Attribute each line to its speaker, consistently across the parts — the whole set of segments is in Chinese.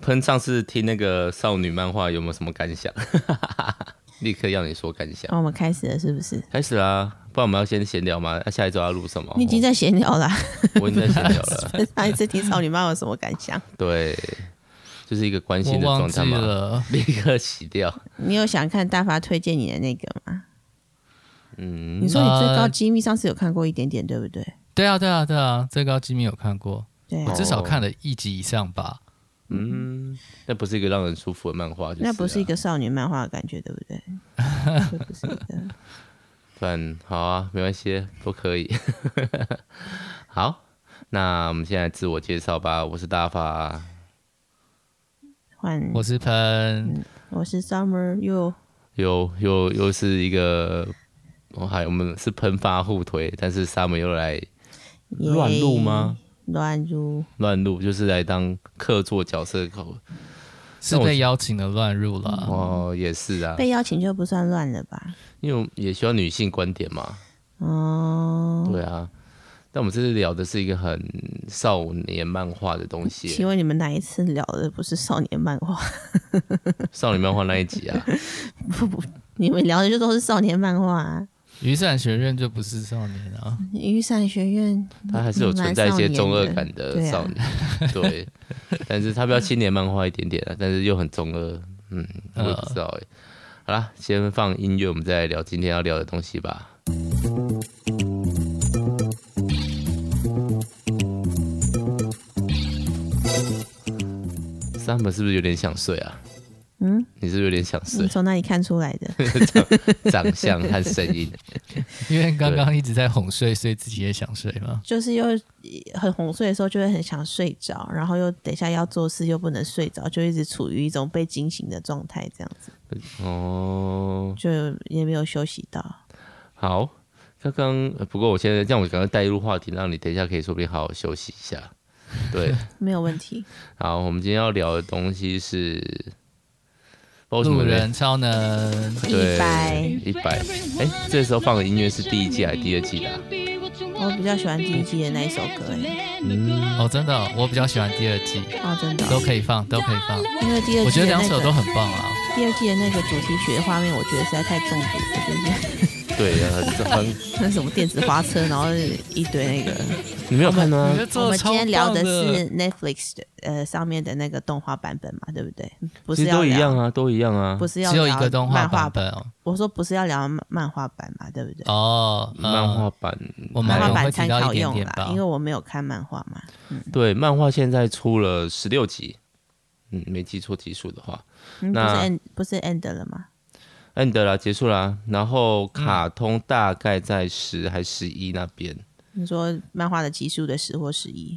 Speaker 1: 喷上次听那个少女漫画有没有什么感想？ 立刻要你说感想。
Speaker 2: 那我们开始了是不是？
Speaker 1: 开始啦，不然我们要先闲聊吗？啊那下一周要录什么？
Speaker 2: 你已经在闲聊了啊、
Speaker 1: 我我已经 在闲聊了。
Speaker 2: 上一次听少女漫有什么感想？
Speaker 1: 对，就是一个关
Speaker 3: 我
Speaker 1: 心的
Speaker 3: 忘
Speaker 1: 状
Speaker 3: 记
Speaker 1: 态嘛。
Speaker 3: 了。
Speaker 1: 立刻洗掉。
Speaker 2: 你有想看大发推荐你的那个吗？
Speaker 1: 嗯，
Speaker 2: 你说你最高
Speaker 3: 呃
Speaker 2: 机密上次有看过一点点，对不对？
Speaker 3: 对啊，对啊，对啊，最高机密有看过，
Speaker 2: 对
Speaker 3: 我
Speaker 2: 啊，
Speaker 3: 至少看了一集以上吧。
Speaker 1: 嗯，那不是一个让人舒服的漫画，就
Speaker 2: 那不是
Speaker 1: 是
Speaker 2: 一
Speaker 1: 啊
Speaker 2: 个少女漫画的感觉，对不对？这不是一个。
Speaker 1: 反好啊，没关系，都可以。 好，那我们现在自我介绍吧，我是大发。
Speaker 2: 换
Speaker 3: 我是喷，
Speaker 2: 我是 Summer 又
Speaker 1: 又又又是一个，我、还我们是喷发互推，但是 Sam 又来乱入吗？
Speaker 2: 耶乱入，
Speaker 1: 乱入，就是来当客座角色口。
Speaker 3: 是被邀请的乱入
Speaker 2: 嗯
Speaker 3: 了。
Speaker 1: 哦，也是啊，
Speaker 2: 被邀请就不算乱了吧？
Speaker 1: 因为我们也需要女性观点嘛。
Speaker 2: 哦，
Speaker 1: 对啊，但我们这次聊的是一个很少年漫画的东西
Speaker 2: 请，问你们哪一次聊的不是少年漫画？
Speaker 1: 少女漫画那一集啊。
Speaker 2: 你们聊的就都是少年漫画、啊，
Speaker 3: 雨伞学院就不是少年啊，
Speaker 2: 雨伞学院
Speaker 1: 他还是有存在一些中二感的
Speaker 2: 蛮
Speaker 1: 少
Speaker 2: 少
Speaker 1: 女，对， 但是他比较青年漫画一点点啊，但是又很中二，嗯，我也不知道哎、好啦，先放音乐，我们再来聊今天要聊的东西吧。Sam 是不是有点想睡啊？
Speaker 2: 嗯，
Speaker 1: 你是不是有点想睡
Speaker 2: 你？从哪里看出来 的？
Speaker 1: 长 相和声音，
Speaker 3: 因为刚刚一直在哄睡，所以自己也想睡嘛。
Speaker 2: 就是又很哄睡的时候，就会很想睡着，然后又等一下要做事又不能睡着，就一直处于一种被惊醒的状态，这样子
Speaker 1: 哦，
Speaker 2: 就也没有休息到。
Speaker 1: 好，刚刚呃不过我现在让我刚刚带入话题，让你等一下可以说不定好好休息一下。 对，
Speaker 2: 没有问题，
Speaker 1: 好，我们今天要聊的东西是，不知道
Speaker 3: 路
Speaker 1: 为什么呢
Speaker 3: 人超能，
Speaker 1: 对
Speaker 2: 一百，
Speaker 1: 一百，哎，这时候放的音乐是第一季还是第二季 的啊、
Speaker 2: 我比较喜欢第一季的那一首歌，哎，
Speaker 3: 哦，真的哦、我比较喜欢第二季，
Speaker 2: 哦，真的哦、
Speaker 3: 都可以放，都可以放。
Speaker 2: 因为第二
Speaker 3: 我
Speaker 2: 季
Speaker 3: 觉得
Speaker 2: 的那
Speaker 3: 两首都
Speaker 2: 个
Speaker 3: 很棒啊。
Speaker 2: 第二季的那个主题曲的画面，我觉得实在太中毒了，就是
Speaker 1: 对，呃很很，
Speaker 2: 那什么电子花车，然后一堆那 个。
Speaker 1: 你没有看吗？
Speaker 2: 我们今天聊的是 Netflix 的呃上面的那个动画版本嘛，对不对？不
Speaker 1: 其
Speaker 2: 是
Speaker 1: 实
Speaker 2: 要
Speaker 1: 都一
Speaker 2: 聊
Speaker 1: 样啊，都一样啊
Speaker 2: 不。是要
Speaker 3: 只有一个
Speaker 2: 聊
Speaker 3: 动画
Speaker 2: 漫
Speaker 3: 版
Speaker 2: 画，
Speaker 3: 本哦。
Speaker 2: 我说不是要聊漫漫画版嘛，对不对？
Speaker 3: 哦，呃
Speaker 1: 漫画版，
Speaker 3: 我们
Speaker 2: 漫画
Speaker 3: 还
Speaker 2: 版
Speaker 3: 会提
Speaker 2: 参
Speaker 3: 到
Speaker 2: 考
Speaker 3: 一点
Speaker 2: 用
Speaker 3: 点
Speaker 2: 啦，
Speaker 3: 吧
Speaker 2: 因。为我没有看漫画嘛。
Speaker 1: 对，漫画现在出了十六集，嗯，没记错集数的话
Speaker 2: 嗯，不是
Speaker 1: 那
Speaker 2: end 不是 end 了吗？
Speaker 1: ，end 啦，结束啦。然后卡通大概在十还十一那边，
Speaker 2: 你说漫画的集数的十或十一，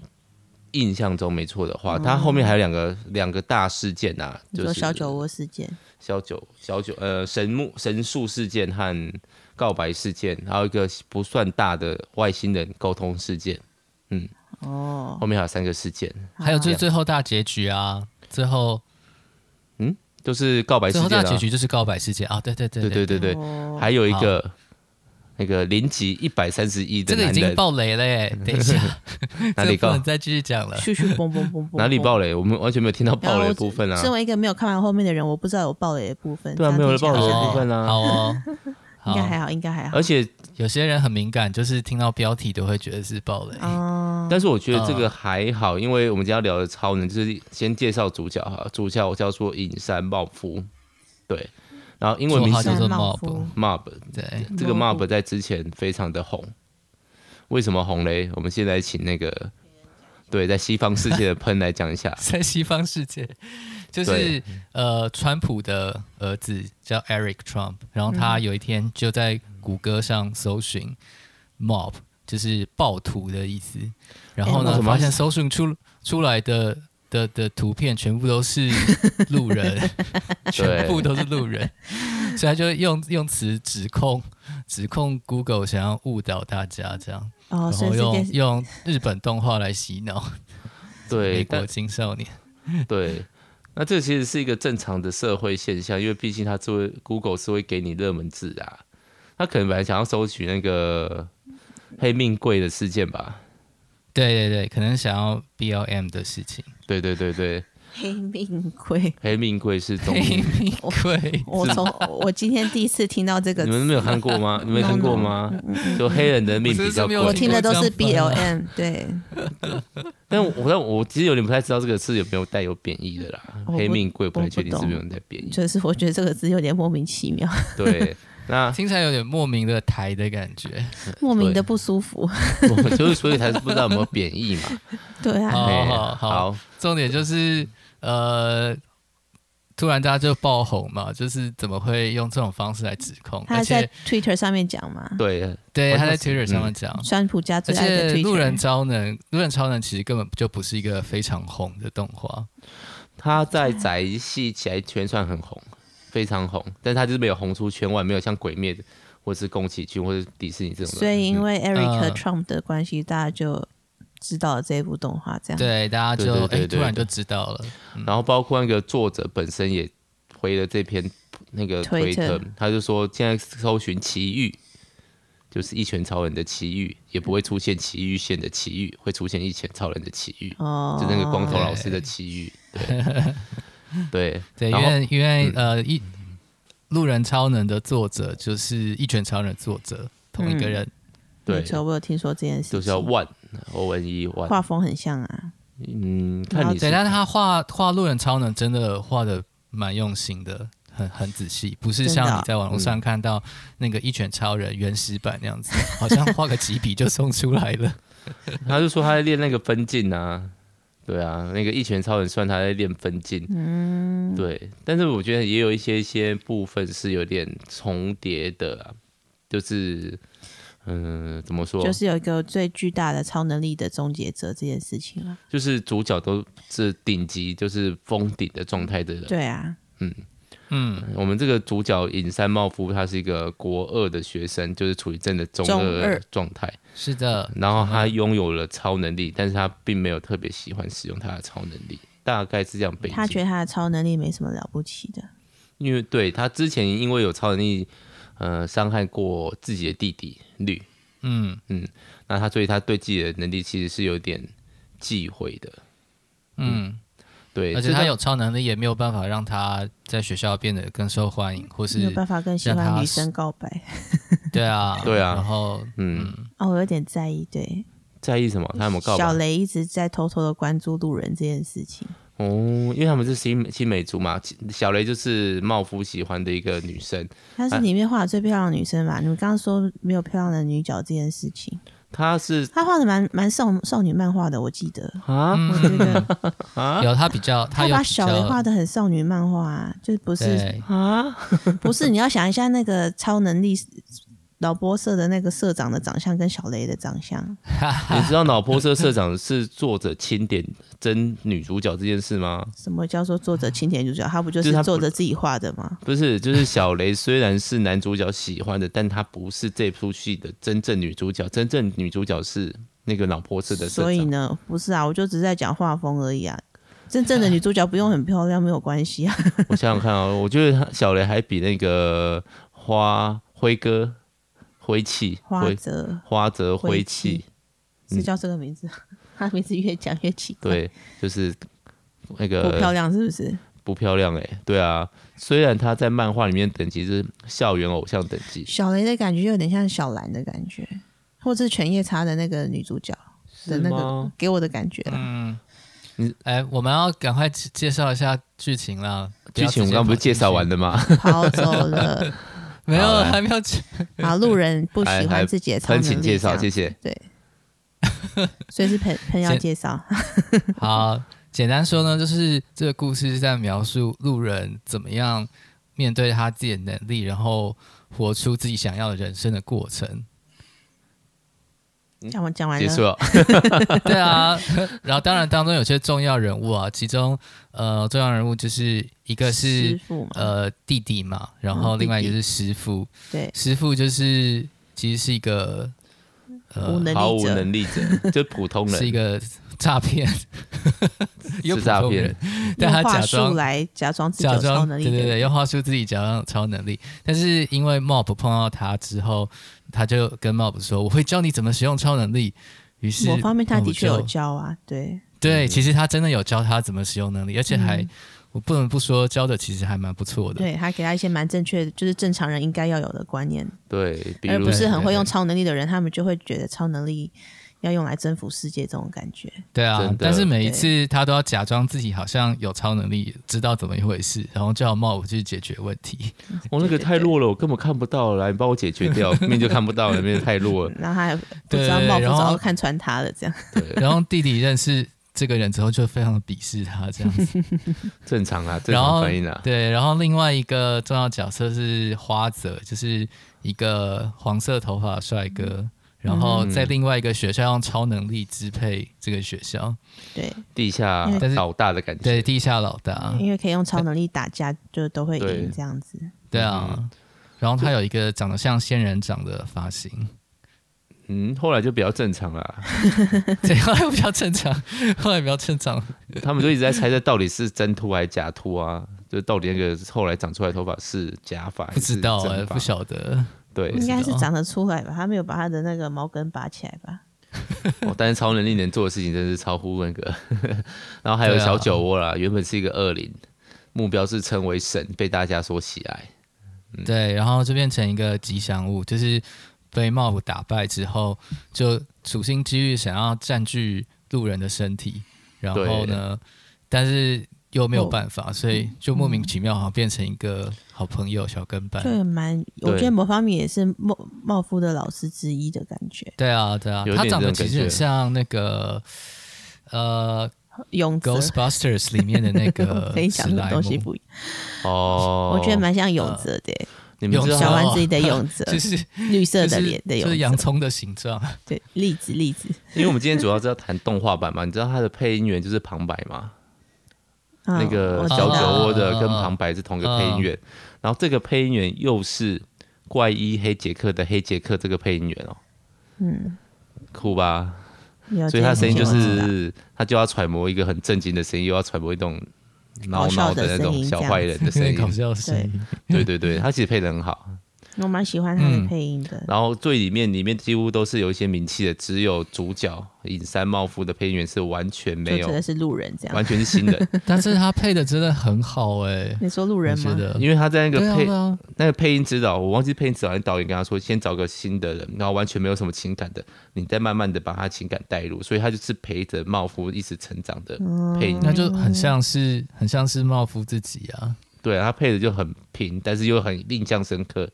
Speaker 1: 印象中没错的话，它后面还有两个两个大事件呐、啊，
Speaker 2: 哦你
Speaker 1: 就
Speaker 2: 说
Speaker 1: 是
Speaker 2: 小酒窝事件，
Speaker 1: 小九小九呃神木神树事件和告白事件，还有一个不算大的外星人沟通事件，
Speaker 2: 哦，
Speaker 1: 后面还有三个事件，
Speaker 3: 还有
Speaker 1: 啊
Speaker 3: 就是最后大结局啊，最后
Speaker 1: 都是告白事
Speaker 3: 最后
Speaker 1: 件
Speaker 3: 大
Speaker 1: 啊，
Speaker 3: 结局就是告白事件啊，对对对
Speaker 1: 对对
Speaker 3: 对，
Speaker 1: 对对，
Speaker 2: 哦
Speaker 1: 还有一个那个零级一百三十一的
Speaker 3: 这个
Speaker 1: 男
Speaker 3: 已经
Speaker 1: 人
Speaker 3: 爆雷了耶，等一下，
Speaker 1: 哪里
Speaker 3: 这不
Speaker 1: 爆
Speaker 3: 能再继续讲了。
Speaker 2: 咻咻嘣嘣嘣嘣，
Speaker 1: 哪里
Speaker 2: 嘣？
Speaker 1: 爆雷，我们完全没有听到
Speaker 2: 然后
Speaker 1: 爆雷的部分啊
Speaker 2: 身，为一个没有看完后面的人，我不知道有爆雷的部分。
Speaker 1: 对啊
Speaker 2: 这样
Speaker 1: 没有
Speaker 2: 听起来
Speaker 1: 爆雷的
Speaker 2: 好像
Speaker 1: 部分啊
Speaker 3: 好哦， 好
Speaker 2: 应该还好，应该还好。
Speaker 1: 而且
Speaker 3: 有些人很敏感，就是听到标题都会觉得是爆雷。嗯
Speaker 2: 哦，
Speaker 1: 但是我觉得这个还好，因为我们今天要聊的超能就是先介绍主角哈，主角我叫做隐山茂夫，对，然后英文名
Speaker 3: 绰号
Speaker 1: 是
Speaker 3: 叫做
Speaker 2: 山茂
Speaker 3: Mob
Speaker 2: 夫
Speaker 1: Mob，
Speaker 3: 对，，
Speaker 1: 这个
Speaker 2: Mob
Speaker 1: Mob 在之前非常的红，为什么红嘞？我们现在请那个对在西方世界的喷来讲一下
Speaker 3: 在西方世界，就是呃，川普的儿子叫 Eric Trump，然后
Speaker 2: 嗯
Speaker 3: 他有一天就在谷歌上搜寻 mob，就是暴徒的意思，然
Speaker 1: 哎
Speaker 3: 后
Speaker 1: 为
Speaker 3: 呢，
Speaker 1: 什么
Speaker 3: 发现搜寻出出来的。的的图片全部 都是路人， 全部都是路人，所以他就用用词指控指控 Google 想要误导大家这样，
Speaker 2: 哦，
Speaker 3: 然
Speaker 2: 所以
Speaker 3: 后
Speaker 2: 这
Speaker 3: 用
Speaker 2: 个
Speaker 3: 用日本动画来洗脑
Speaker 1: 对
Speaker 3: 美国
Speaker 1: 但
Speaker 3: 青少年。
Speaker 1: 对。那这其实是一个正常的社会现象，因为毕竟它作为 Google 是会给你热门字啊，他可能本来想要搜取那个黑命贵的事件吧，
Speaker 3: 对对对，可能想要 BLM 的事情。
Speaker 1: 对对对对，
Speaker 2: 黑命贵。
Speaker 1: 黑命贵是中
Speaker 3: 黑
Speaker 1: 文，
Speaker 3: 命贵，
Speaker 2: 我从我今天第一次听到这个嗯
Speaker 1: 你
Speaker 2: 词，
Speaker 1: 们没有看过吗？你们看过吗？就黑人的命
Speaker 3: 我真
Speaker 1: 比
Speaker 3: 是
Speaker 1: 较
Speaker 3: 没
Speaker 1: 贵
Speaker 3: 有，
Speaker 2: 我听的都是
Speaker 3: 你会这样啊
Speaker 2: BLM，对，
Speaker 1: 但我但我其实有点不太知道这个字有没有带有贬义的啦。
Speaker 2: 我不
Speaker 1: 黑命贵不
Speaker 2: 我
Speaker 1: 太
Speaker 2: 不
Speaker 1: 确定是不是
Speaker 2: 懂
Speaker 1: 有带贬义。
Speaker 2: 就是我觉得这个字有点莫名其妙，
Speaker 1: 对，那
Speaker 3: 听起来有点莫名的台的感觉。
Speaker 2: 莫名的不舒服。
Speaker 1: 我就是所以才是不知道有没有贬义嘛。
Speaker 2: 对啊，
Speaker 3: 好
Speaker 1: 哎
Speaker 3: 好好
Speaker 1: 好，
Speaker 3: 重点就是呃，突然大家就爆红嘛，就是怎么会用这种方式来指控？
Speaker 2: 他
Speaker 3: 而
Speaker 2: 还在
Speaker 3: 且
Speaker 2: Twitter 上面讲嘛，
Speaker 1: 对，
Speaker 3: 对
Speaker 1: 我
Speaker 3: 他
Speaker 1: 想
Speaker 3: 在
Speaker 1: 是
Speaker 3: Twitter 上
Speaker 1: 嗯
Speaker 3: 面讲，
Speaker 2: 川普家
Speaker 3: 而
Speaker 2: 最爱的
Speaker 3: 且
Speaker 2: Twitter
Speaker 3: 路人超能，路人超能其实根本就不是一个非常红的动画，
Speaker 1: 嗯他在宅系起来圈算很红，非常红，但他就是没有红出圈外，没有像《鬼灭》的或是宫崎骏或是迪士尼这种的。
Speaker 2: 所以因为 Eric 和
Speaker 3: 嗯
Speaker 2: Trump 的关系，大家就知道了这部动画这样。
Speaker 3: 对，大家
Speaker 1: 对
Speaker 3: 就
Speaker 1: 对
Speaker 3: 哎、
Speaker 1: 对对
Speaker 3: 突然
Speaker 1: 对
Speaker 3: 就知道了，
Speaker 1: 然后包括那个作者本身也回了这篇那个推
Speaker 2: 推特
Speaker 1: 特，他就说现在搜寻奇遇，就是一拳超人的奇遇，也不会出现奇遇线的奇遇，会出现一拳超人的奇遇，
Speaker 2: 哦，
Speaker 1: 就那个光头老师的奇遇。 对
Speaker 3: 对，因
Speaker 1: 然后嗯
Speaker 3: 为因为、呃一路人超能的作者就是一拳超人的作者同一个
Speaker 1: 嗯
Speaker 3: 人，
Speaker 1: 对
Speaker 2: 没错，我有听说这件事
Speaker 1: 就
Speaker 2: 情，
Speaker 1: 是要 one O N E one，
Speaker 2: 画风很像啊。
Speaker 1: 嗯，看你
Speaker 3: 对，
Speaker 1: 是
Speaker 3: 但是他画画路人超能真的画的蛮用心的，很很仔细，不是
Speaker 2: 真的啊
Speaker 3: 像你在网络上看到那个一拳超人原始版那样子， 好像画个几笔就送出来 了。
Speaker 1: 他就说他在练那个分镜啊，对啊，那个一拳超人算他在练分镜，嗯，对。但是我觉得也有一些一些部分是有点重叠的啊、就是嗯、怎么说，
Speaker 2: 就是有一个最巨大的超能力的终结者这件事情啊。
Speaker 1: 就是主角都是顶级，就是封顶的状态的人。
Speaker 2: 对啊，
Speaker 3: 嗯，
Speaker 1: 我们这个主角尹山茂夫，他是一个国二的学生，就是处于真的中
Speaker 2: 中
Speaker 1: 二
Speaker 2: 二
Speaker 1: 状态。
Speaker 3: 是的，
Speaker 1: 然后他拥有了超能力，但是他并没有特别喜欢使用他的超能力，大概是这样背景。
Speaker 2: 他觉得他的超能力没什么了不起的。
Speaker 1: 因为对他之前因为有超能力，呃，伤害过自己的弟弟绿，
Speaker 3: 嗯
Speaker 1: 那他所以他对自己的能力其实是有点忌讳的。
Speaker 3: 嗯。
Speaker 1: 对，
Speaker 3: 而且
Speaker 1: 这
Speaker 3: 他
Speaker 1: 个
Speaker 3: 有超能力，也没有办法让他在学校变得更受欢迎，或
Speaker 2: 没有
Speaker 3: 是
Speaker 2: 办法跟喜欢女生告白
Speaker 3: 对啊，
Speaker 1: 对啊
Speaker 3: 然后
Speaker 1: 嗯
Speaker 2: 哦，我有点在意。对，
Speaker 1: 在意什么？他有没有告白
Speaker 2: 小？雷一直在偷偷的关注路人这件事情。
Speaker 1: 哦，因为他们是新新美族嘛，小雷就是茂夫喜欢的一个女生，
Speaker 2: 她是里面画的最漂亮的女生嘛？你们刚刚说没有漂亮的女角这件事情，
Speaker 1: 她是
Speaker 2: 她画的蛮蛮少少女漫画的，我记得。
Speaker 1: 啊，
Speaker 2: 我觉得
Speaker 3: 嗯 有他比较，
Speaker 2: 她
Speaker 3: 有
Speaker 2: 把
Speaker 3: 比
Speaker 2: 小雷画
Speaker 3: 较，
Speaker 2: 的很少女漫画、啊，就不是
Speaker 3: 对，
Speaker 2: 不是，你要想一下那个超能力老波社的那个社长的长相跟小雷的长相，
Speaker 1: 你知道脑波社社长是作者钦点真女主角这件事吗？
Speaker 2: 什么叫做作者青田主角？他不就
Speaker 1: 就是
Speaker 2: 是
Speaker 1: 他不
Speaker 2: 作者自己画的吗？
Speaker 1: 不是，就是小雷虽然是男主角喜欢的，但她不是这部戏的真正女主角，真正女主角是那个老婆社的社
Speaker 2: 所以
Speaker 1: 长。
Speaker 2: 呢，不是啊，我就只是在讲画风而已啊。真正的女主角不用很漂亮，没有关系啊。
Speaker 1: 我想想看哦，我觉得她小雷还比那个花辉哥辉气
Speaker 2: 花
Speaker 1: 辉
Speaker 2: 泽
Speaker 1: 花泽辉
Speaker 2: 辉
Speaker 1: 气
Speaker 2: 气，是叫这个名字， 她名字越讲越奇
Speaker 1: 嗯
Speaker 2: 怪。
Speaker 1: 对， 呃就是那个
Speaker 2: 不漂亮是不是？
Speaker 1: 不漂亮哎、对啊，虽然她在漫画里面等级是校园偶像等级，
Speaker 2: 小雷的感觉有点像小兰的感觉，或是犬夜叉的那个女主角的
Speaker 1: 是
Speaker 2: 那个
Speaker 1: 吗
Speaker 2: 给我的感觉啦。
Speaker 3: 嗯
Speaker 1: 你，
Speaker 3: 哎，我们要赶快介介绍一下剧情啦。
Speaker 1: 剧情我们刚刚不是介绍完
Speaker 3: 的？
Speaker 1: 了吗？
Speaker 2: 跑走了，
Speaker 3: 没
Speaker 1: 好
Speaker 3: 有，
Speaker 1: 来
Speaker 3: 还没有介。
Speaker 2: 啊，路人不喜
Speaker 1: 还还
Speaker 2: 欢自己的超
Speaker 1: 恳
Speaker 2: 能力，
Speaker 1: 请介绍，
Speaker 2: 这
Speaker 1: 谢
Speaker 2: 样
Speaker 1: 谢。
Speaker 2: 所以是朋朋友
Speaker 3: 先
Speaker 2: 介绍，
Speaker 3: 好，简单说呢，就是这个故事是在描述路人怎么样面对他自己的能力，然后活出自己想要的人生的过 程。
Speaker 2: 讲完讲完
Speaker 1: 嗯结束
Speaker 2: 了，
Speaker 1: 了，
Speaker 3: 对啊， 然后当然当中有些重要人物啊，其中呃重要人物就是一个是
Speaker 2: 师傅嘛，
Speaker 3: 呃弟弟嘛，然
Speaker 2: 嗯
Speaker 3: 后
Speaker 2: 弟弟
Speaker 3: 另外一个是师
Speaker 2: 嗯
Speaker 3: 傅，
Speaker 2: 对，
Speaker 3: 师傅就是其实是一个
Speaker 2: 无
Speaker 3: 呃
Speaker 2: 能
Speaker 1: 毫
Speaker 2: 力
Speaker 1: 无
Speaker 2: 者，
Speaker 1: 能力者，就普通人，
Speaker 3: 是一个诈骗， 一个
Speaker 1: 是
Speaker 3: 普
Speaker 1: 诈
Speaker 3: 通人
Speaker 1: 骗，，
Speaker 3: 但他
Speaker 2: 用话
Speaker 3: 假装
Speaker 2: 术来假装自己
Speaker 3: 假
Speaker 2: 有超
Speaker 3: 装
Speaker 2: 能
Speaker 3: 对
Speaker 2: 力，
Speaker 3: 对对，，用话术自己假装有超能力，但是因为 Mob 碰到他之后，他就跟 Mob 说：“我会教你怎么使用超能力。”于是
Speaker 2: 某方面他
Speaker 3: Mob
Speaker 2: 的确有
Speaker 3: 就
Speaker 2: 教啊，对，嗯
Speaker 3: 对，其实他真的有教他怎么使用能力，而且还、我不能不说教的其实还蛮不错的。
Speaker 2: 对他给他一些蛮正确的，就是正常人应该要有的观念，
Speaker 1: 对，比
Speaker 3: 哎
Speaker 2: 而
Speaker 1: 如
Speaker 2: 不是很会用
Speaker 3: 对对
Speaker 2: 超能力的人，他们就会觉得超能力要用来征服世界这种感觉。
Speaker 3: 对啊
Speaker 1: 真，的
Speaker 3: 但是每一次他都要假装自己好像有超能力，知道怎么一回事，然后叫茂去解决问题。
Speaker 1: 我、哦那个太弱了，我根本看不到了，来你帮我解决 掉，面就看不到了，面太弱了。
Speaker 2: 然后他还不
Speaker 3: 对
Speaker 2: 知道冒不
Speaker 3: 然后
Speaker 2: 着看穿他的这样，
Speaker 1: 对，
Speaker 3: 然后弟弟认识这个人之后，就非常鄙视他这样子。
Speaker 1: 正常啊，正
Speaker 3: 然
Speaker 1: 常
Speaker 3: 后
Speaker 1: 反应啊。
Speaker 3: 对，然后另外一个重要角色是花泽，就是一个黄色头发的帅哥。然后在另外一个学校用超能力支配这个学
Speaker 1: 嗯
Speaker 3: 校，
Speaker 2: 对，
Speaker 1: 地下
Speaker 2: 因
Speaker 3: 为
Speaker 1: 老大的感觉，
Speaker 3: 对地下老大，
Speaker 2: 因为可以用超能力打架，就都会
Speaker 1: 对
Speaker 2: 赢这样子。
Speaker 3: 对
Speaker 1: 嗯
Speaker 3: 啊。然后他有一个长得像仙人掌的发型，
Speaker 1: 嗯，后来就比较正常了。
Speaker 3: 对，后来比较正常， 后来比较正常。
Speaker 1: 他们就一直在猜测到底是真秃还是假秃啊，就到底那个后来长出来的头发是假发还
Speaker 3: 不
Speaker 1: 是
Speaker 3: 知道哎、
Speaker 1: 真发
Speaker 3: 不晓得。
Speaker 1: 对，
Speaker 2: 应该
Speaker 3: 知
Speaker 2: 是
Speaker 3: 道
Speaker 2: 长得出来吧，他没有把他的那个毛根拔起来吧？
Speaker 1: 哦，但是超能力能做的事情真是超乎那个， 然后还有
Speaker 3: 对啊
Speaker 1: 小酒窝啦，原本是一个恶灵，目标是成为神，被大家所喜爱。
Speaker 3: 对，然后就变成一个吉祥物，就是被茂虎打败之后，就处心积虑想要占据路人的身体，然后呢，但是又
Speaker 2: 哦
Speaker 3: 没有办法，所以就莫名其妙好像变成一个好朋友、小跟班。
Speaker 2: 对，蛮，我
Speaker 1: 对
Speaker 2: 觉得某方面也是冒冒夫的老师之一的感觉。
Speaker 3: 对啊，对啊
Speaker 1: 有，
Speaker 3: 他
Speaker 1: 点
Speaker 3: 长得
Speaker 1: 这种
Speaker 3: 其
Speaker 1: 感
Speaker 3: 实很
Speaker 1: 觉
Speaker 3: 像那个呃
Speaker 2: 勇
Speaker 3: 《
Speaker 2: 泽
Speaker 3: Ghostbusters》里面的那 个
Speaker 2: 跟你
Speaker 3: 史
Speaker 2: 讲的
Speaker 3: 莱
Speaker 2: 东西
Speaker 3: 姆，
Speaker 2: 不一样，
Speaker 1: 哦，
Speaker 2: 我觉得蛮像勇泽的耶，
Speaker 1: 你们知
Speaker 3: 有
Speaker 1: 道
Speaker 3: 时
Speaker 2: 小
Speaker 3: 候
Speaker 2: 丸子里 的勇泽，
Speaker 3: 就是
Speaker 2: 绿色的脸的
Speaker 3: 就是就是
Speaker 2: 勇
Speaker 3: 洋
Speaker 2: 泽，
Speaker 3: 葱的形状。
Speaker 2: 对，栗子栗子
Speaker 1: 因为我们今天主要是要谈动画版嘛，你知道它的配音员就是旁白嘛，
Speaker 2: 啊
Speaker 1: 那个
Speaker 2: 我知
Speaker 1: 小
Speaker 2: 道嗯
Speaker 1: 酒窝的
Speaker 3: 啊
Speaker 1: 跟旁白是同一个配音员，然后这个配音员又是怪医黑杰克的黑杰克这个配音员哦，
Speaker 2: 嗯，
Speaker 1: 酷吧？
Speaker 2: 有
Speaker 1: 所以他
Speaker 2: 这
Speaker 1: 声音就
Speaker 2: 种情况
Speaker 1: 是他就要揣摩一个很震惊的声音，又要揣摩一种闹闹的那
Speaker 2: 搞笑的声
Speaker 1: 种
Speaker 2: 音
Speaker 1: 小坏人的
Speaker 3: 有
Speaker 1: 声
Speaker 3: 点 搞
Speaker 1: 音。
Speaker 3: 笑的声
Speaker 2: 对
Speaker 3: 音，
Speaker 1: 对对对，他其实配的很好。
Speaker 2: 我蛮喜欢他的
Speaker 3: 嗯
Speaker 2: 配音的，
Speaker 1: 然后最里面里面几乎都是有一些名气的，只有主角隐山茂夫的配音员是完全没
Speaker 2: 就真的
Speaker 1: 有，
Speaker 2: 是路人这样
Speaker 1: 完。全是新 人，
Speaker 3: 但是他配的真的很好哎、
Speaker 2: 你说路
Speaker 3: 我
Speaker 2: 人
Speaker 3: 觉
Speaker 2: 吗？
Speaker 3: 得
Speaker 1: 因为他在那
Speaker 3: 对
Speaker 1: 个
Speaker 3: 啊
Speaker 1: 配
Speaker 3: 对啊，
Speaker 1: 那个配音指导，我忘记配音指导还是导演跟他说，先找个新的人，然后完全没有什么情感的，你再慢慢的把他情感带入，所以他就是陪着茂夫一直成长的配
Speaker 2: 嗯
Speaker 1: 音员。
Speaker 3: 那就很像是很像是茂夫自己啊。
Speaker 1: 对他配的就很平，但是又很印象深刻，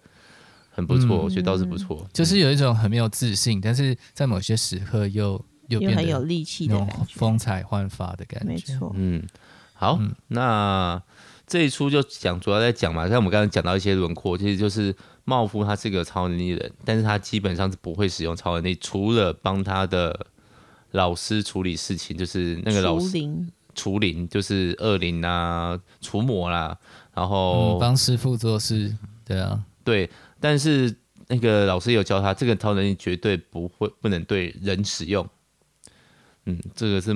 Speaker 1: 很不错，
Speaker 3: 嗯
Speaker 1: 我觉得倒是不错。
Speaker 3: 就是有一种很没有自信，但是在某些时刻又
Speaker 2: 又
Speaker 3: 又变
Speaker 2: 很有
Speaker 3: 得
Speaker 2: 力气
Speaker 3: 那
Speaker 2: 的
Speaker 3: 种
Speaker 2: 感觉，
Speaker 3: 风采焕发的感觉。
Speaker 2: 没错。
Speaker 1: 嗯，好，那这一出就讲主要在讲嘛，像我们刚才讲到一些轮廓，其实就是茂夫他是个超能力人，但是他基本上是不会使用超能力，除了帮他的老师处理事情，就是那个老
Speaker 2: 竹
Speaker 1: 师
Speaker 2: 林
Speaker 1: 除灵，就是恶灵啊、除魔啦，然
Speaker 3: 嗯
Speaker 1: 后、，
Speaker 3: 帮师傅做事，对啊，
Speaker 1: 对，但是那个老师有教他，这个超能力绝对不会不能对人使用。嗯，这个是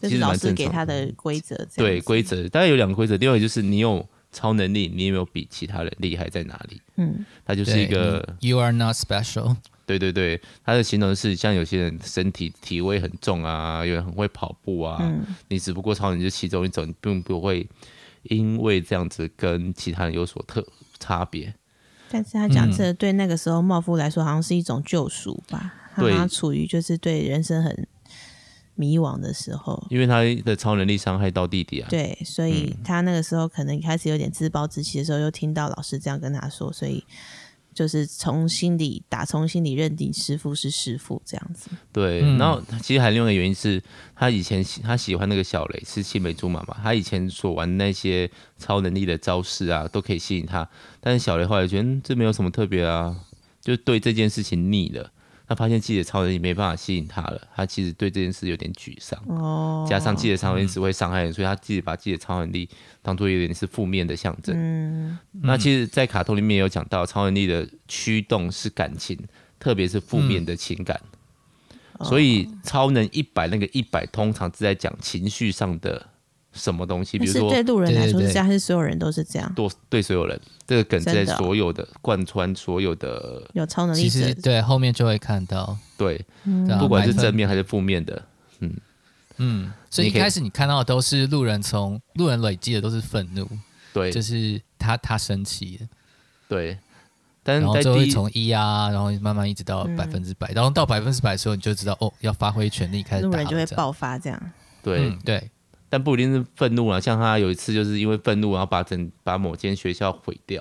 Speaker 2: 这
Speaker 1: 其
Speaker 2: 是
Speaker 1: 实
Speaker 2: 老
Speaker 1: 蛮
Speaker 2: 师
Speaker 1: 正
Speaker 2: 给他
Speaker 1: 常的。
Speaker 2: 的规则，这样
Speaker 1: 对
Speaker 2: 子
Speaker 1: 规则，大概有两个规则，第二个就是你有超能力，你有没有比其他人厉害在哪里？
Speaker 2: 嗯，
Speaker 1: 它就是
Speaker 3: 对
Speaker 1: 一个
Speaker 3: 你 you are not special，
Speaker 1: 对对对，它的形容是像有些人身体体味很重啊，有人很会跑步啊，
Speaker 2: 嗯
Speaker 1: 你只不过超人就是其中一种，你并不会因为这样子跟其他人有所特差别。
Speaker 2: 但
Speaker 1: 嗯
Speaker 2: 是他讲这个对那个时候茂夫来说，好像是一种救赎吧。他好
Speaker 1: 对
Speaker 2: 像处于就是对人生很迷惘的时候，
Speaker 1: 因为他的超能力伤害到弟弟啊，
Speaker 2: 对，所以他那个时候可能开始有点自暴自弃的时候，又听到老师这样跟他说，所以就是从心里打从心里认定师傅是师傅这样子。
Speaker 1: 对，
Speaker 3: 嗯
Speaker 1: 然后其实还有另外一个原因是，他以前喜他喜欢那个小雷是青梅竹马嘛，他以前所玩那些超能力的招式啊，都可以吸引他，但是小雷后来觉得、嗯、这没有什么特别啊，就对这件事情腻了。他发现自己的超能力没办法吸引他了，他其实对这件事有点沮丧，
Speaker 2: 哦，
Speaker 1: 加上自己的超能力只会伤害人，所以他自己把自己的超能力当做有点是负面的象征。
Speaker 2: 嗯，
Speaker 1: 那其实，在卡通里面也有讲到，超能力的驱动是感情，特别是负
Speaker 3: 嗯
Speaker 1: 面的情感。所以，
Speaker 2: 哦
Speaker 1: 超能一百那个一百，通常是在讲情绪上的什么东西，比
Speaker 2: 但
Speaker 1: 如
Speaker 2: 是
Speaker 1: 说
Speaker 2: 对路人来说
Speaker 3: 对对
Speaker 2: 是
Speaker 3: 对
Speaker 2: 这样，还是所有人都是这样？
Speaker 1: 对对所有人这个梗是在
Speaker 2: 真的哦
Speaker 1: 所有的贯穿所有的
Speaker 2: 有超能力
Speaker 3: 其
Speaker 2: 者嗯
Speaker 3: 实对后面就会看到，
Speaker 1: 对，
Speaker 3: 对啊
Speaker 1: 不管是
Speaker 3: 百分
Speaker 1: 正面还是负面的，
Speaker 3: 嗯，所以一
Speaker 1: 你可以
Speaker 3: 开始你看到的都是路人从路人累积的都是愤怒，
Speaker 1: 对
Speaker 3: 就是他他生气了，
Speaker 1: 对，但
Speaker 3: 然
Speaker 1: 是
Speaker 3: 后
Speaker 1: 在
Speaker 3: 就会
Speaker 1: 第一
Speaker 3: 从一啊，然后慢慢一直
Speaker 2: 嗯
Speaker 3: 到百分之百，然后到百分之百的时候，你就知道哦，要发挥全力开始
Speaker 2: 路
Speaker 3: 打了，
Speaker 2: 人就会
Speaker 3: 这样，
Speaker 2: 爆发这样。
Speaker 1: 对、
Speaker 3: 嗯，对，
Speaker 1: 但不一定是愤怒啊，像他有一次就是因为愤怒，然后把整把某间学校毁掉，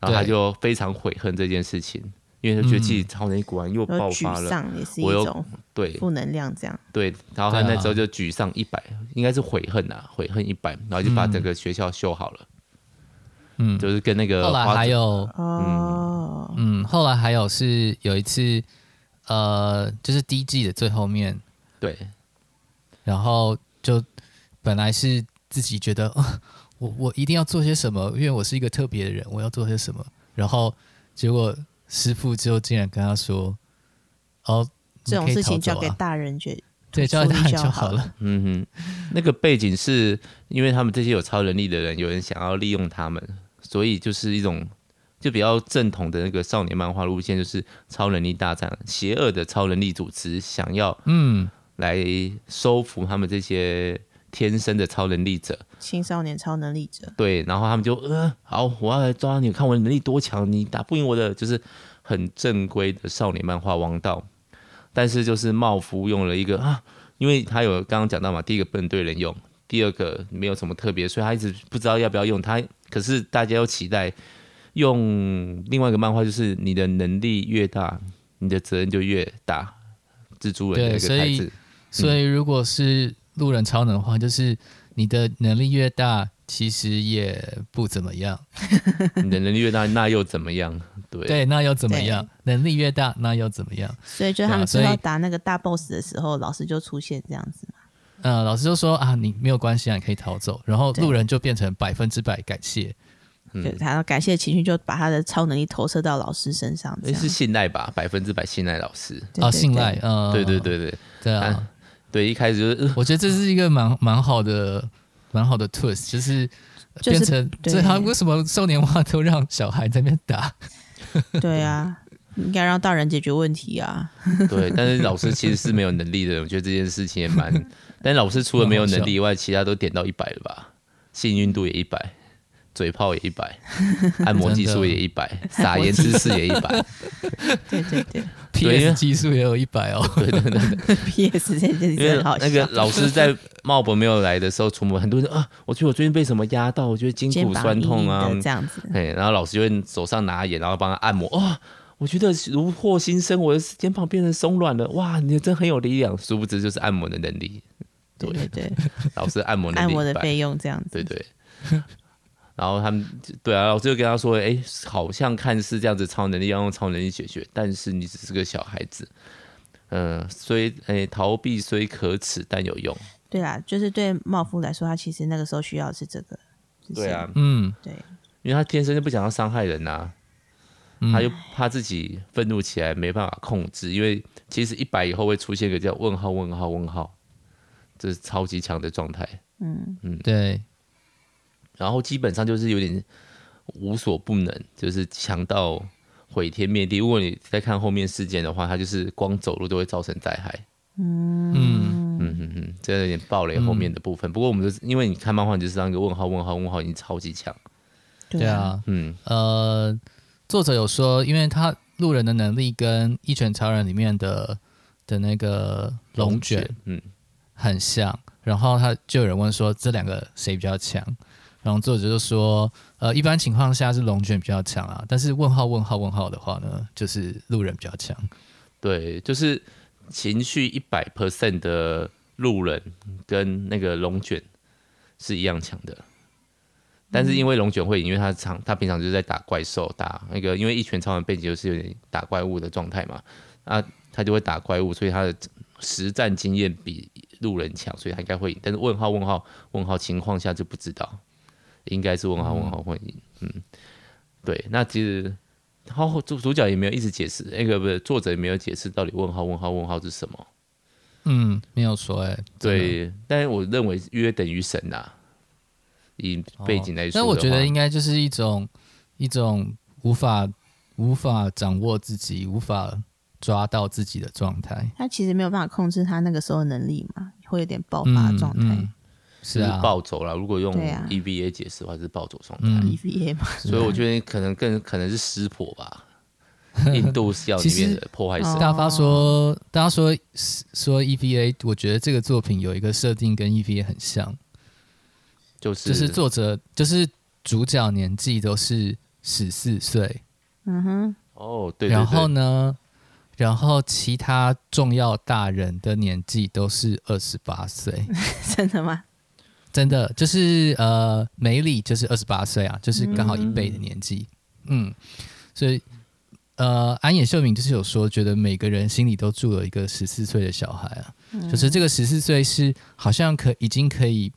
Speaker 1: 然后他
Speaker 3: 对嗯
Speaker 1: 就非常悔恨这件事情，因为他觉得自己超能力果然又
Speaker 2: 然后
Speaker 1: 爆
Speaker 2: 沮
Speaker 1: 发了，
Speaker 2: 丧也是一
Speaker 1: 我又
Speaker 2: 种
Speaker 1: 对
Speaker 2: 负能量，这样
Speaker 1: 对，然后他
Speaker 3: 对啊
Speaker 1: 那时候就沮丧一百、应该是悔恨啊，悔恨一百，然后就把整个学校修好了，
Speaker 3: 嗯，
Speaker 1: 就是跟那个
Speaker 3: 后来
Speaker 1: 花
Speaker 3: 还
Speaker 1: 子
Speaker 3: 有，
Speaker 2: 哦，
Speaker 3: 嗯，后来还有是有一次，呃，就是第一季的最后面，
Speaker 1: 对
Speaker 3: 然后就本来是自己觉得，啊我我一定要做些什么，因为我是一个特别的人，我要做些什么。然后结果师傅就竟然跟他说：“哦，你
Speaker 2: 这种
Speaker 3: 可以
Speaker 2: 事情
Speaker 3: 逃
Speaker 2: 交
Speaker 3: 走
Speaker 2: 给
Speaker 3: 啊
Speaker 2: 大人决，
Speaker 3: 对交给
Speaker 2: 处理
Speaker 3: 他人
Speaker 2: 就
Speaker 3: 就
Speaker 2: 好
Speaker 3: 好了。
Speaker 1: 嗯哼，那个背景是因为他们这些有超能力的人，有人想要利用他们，所以就是一种就比较正统的那个少年漫画路线，就是超能力大战，邪恶的超能力组织想要
Speaker 3: 嗯，
Speaker 1: 来收服他们这些天生的超能力者，
Speaker 2: 青少年超能力者，
Speaker 1: 对，然后他们就呃，好，我要来抓你，看我能力多强，你打不赢我的，就是很正规的少年漫画王道。但是就是冒夫用了一个啊，因为他有刚刚讲到嘛，第一个不能对人用，第二个没有什么特别，所以他一直不知道要不要用他。可是大家又期待用另外一个漫画，就是你的能力越大，你的责任就越大。蜘蛛人的
Speaker 3: 对
Speaker 1: 一个
Speaker 3: 所
Speaker 1: 台
Speaker 3: 以
Speaker 1: 词，
Speaker 3: 所
Speaker 1: 嗯
Speaker 3: 以如果是路人超能的话，就是你的能力越大，其实也不怎么样。
Speaker 1: 你的能力越大，那又怎么样？对，
Speaker 3: 对，啊那又怎么
Speaker 2: 对
Speaker 3: 样？能力越大，那又怎么样？
Speaker 2: 所以就
Speaker 3: 对啊
Speaker 2: 他们
Speaker 3: 所
Speaker 2: 知
Speaker 3: 以
Speaker 2: 道打那个大 boss 的时候，老师就出现这样子嘛。
Speaker 3: 呃，老师就说啊，你没有关系啊，你可以逃走。然后
Speaker 2: 对
Speaker 3: 路人就变成百分之百感谢。嗯
Speaker 2: 就他要感谢情绪，就把他的超能力投射到老师身上，这
Speaker 1: 诶
Speaker 2: 样
Speaker 1: 是信赖吧，百分之百信赖老师。
Speaker 2: 对
Speaker 3: 哦，
Speaker 2: 对
Speaker 3: 信
Speaker 2: 对
Speaker 3: 赖，嗯，
Speaker 1: 对对，对对
Speaker 3: 对啊
Speaker 2: 嗯
Speaker 1: 啊，对，一开始 就是、呃
Speaker 3: 我觉得这是一个蛮蛮好的蛮好的 twist，就是
Speaker 2: 就是
Speaker 3: 变成
Speaker 2: 对
Speaker 3: 这他为什么少年画都让小孩在那边打？
Speaker 2: 对啊，应该让大人解决问题啊。
Speaker 1: 对，但是老师其实是没有能力的人，我觉得这件事情也 蛮。但老师除了没有能力以外，其他都点到一百了吧？幸运度也一百，嘴炮也一 百，按摩技术也一百，撒盐知识也一 百。
Speaker 2: 对对对
Speaker 1: 对因为
Speaker 3: PS 技术也有一百哦，
Speaker 2: ，PS 这件事
Speaker 1: 因为
Speaker 2: 情好笑。
Speaker 1: 那个老师在茂博没有来的时候，出门很多人说啊，我觉得我最近被什么压到，我觉得筋
Speaker 2: 肩
Speaker 1: 骨
Speaker 2: 膀
Speaker 1: 酸
Speaker 2: 硬
Speaker 1: 痛
Speaker 2: 硬
Speaker 1: 啊，
Speaker 2: 的这样 子，
Speaker 1: 哎，然后老师就会手上拿盐，然后帮他按摩。哇、我觉得如获新生，我的肩膀变得松软了。哇，你真很有力量。殊不知就是按摩的能力，
Speaker 2: 对对对，
Speaker 1: 老师按摩能
Speaker 2: 按
Speaker 1: 力
Speaker 2: 摩
Speaker 1: 一
Speaker 2: 的
Speaker 1: 百，
Speaker 2: 费用这样子，
Speaker 1: 对对。然后他们对啊，老师就跟他说：“哎，好像看似这样子超能力要用超能力解决，但是你只是个小孩子。嗯、虽哎逃避虽可耻，但有用。
Speaker 2: 对啦，就是对茂夫来说，他其实那个时候需要的是这个，就是
Speaker 1: 对啊，，
Speaker 3: 嗯，
Speaker 2: 对
Speaker 1: 因为他天生就不想要伤害人呐、
Speaker 3: 嗯
Speaker 1: 他就怕自己愤怒起来没办法控制，因为其实一百以后会出现一个叫问号问号问号，这是超级强的状态。
Speaker 3: 对，
Speaker 1: 然后基本上就是有点无所不能，就是强到毁天灭地。如果你再看后面事件的话，他就是光走路都会造成灾害。
Speaker 3: 嗯，
Speaker 1: 嗯嗯嗯，这有点暴雷后面的部分。不过我们就是因为你看漫画，你就是当一个问号问号问号，已经超级强。
Speaker 2: 对
Speaker 3: 对，啊，
Speaker 1: 嗯，
Speaker 3: 呃，作者有说，因为他路人的能力跟《一拳超人》里面的的那个龙卷，
Speaker 1: 嗯，
Speaker 3: 很像。然后他就有人问说，这两个谁比较强？然后作者就说，呃，一般情况下是龙卷比较强啊，但是问号问号问号的话呢，就是路人比较强。
Speaker 1: 对，就是情绪一百 percent 的路人跟那个龙卷是一样强的，但是因为龙卷会赢，因为他常他平常就是在打怪兽，打那个因为一拳超人背景就是有点打怪物的状态嘛，啊，他就会打怪物，所以他的实战经验比路人强，所以他应该会赢。但是问号问号问号情况下就不知道，应该是问号问号会赢。嗯，对，那其实。然后主主角也没有一直解释，那个不是作者也没有解释到底问号问号问号是什么。
Speaker 3: 嗯，没有说哎、真的，
Speaker 1: 对，但是我认为约等于神呐、以背景来说的
Speaker 3: 但
Speaker 1: 话、
Speaker 3: 哦我觉得应该就是一种一种无法无法掌握自己、无法抓到自己的状态。
Speaker 2: 他其实没有办法控制他那个时候的能力嘛，会有点爆发的状态。
Speaker 3: 嗯嗯是
Speaker 1: 就是
Speaker 3: 啊，
Speaker 1: 暴走了。如果用
Speaker 2: 对啊
Speaker 1: EVA 解释的话，是暴走状态。
Speaker 3: 嗯
Speaker 2: EVA ，E 嘛，
Speaker 1: 所以我觉得可能更可能是湿婆吧，印度 教里面的破坏神
Speaker 2: 哦。
Speaker 3: 大发说，大家说说 EVA，我觉得这个作品有一个设定跟 EVA 很像，
Speaker 1: 就是
Speaker 3: 就是作者就是主角年纪都是十四岁，
Speaker 2: 嗯哼，
Speaker 1: 哦，对对对，
Speaker 3: 然后呢，然后其他重要大人的年纪都是二十八岁，
Speaker 2: 真的吗？
Speaker 3: 真的就是呃，梅里就是二十八岁啊，就是刚好一倍的年纪，嗯所以呃，安野秀明就是有说，觉得每个人心里都住了一个十四岁的小孩啊，就是这个十四岁是好像可已经可以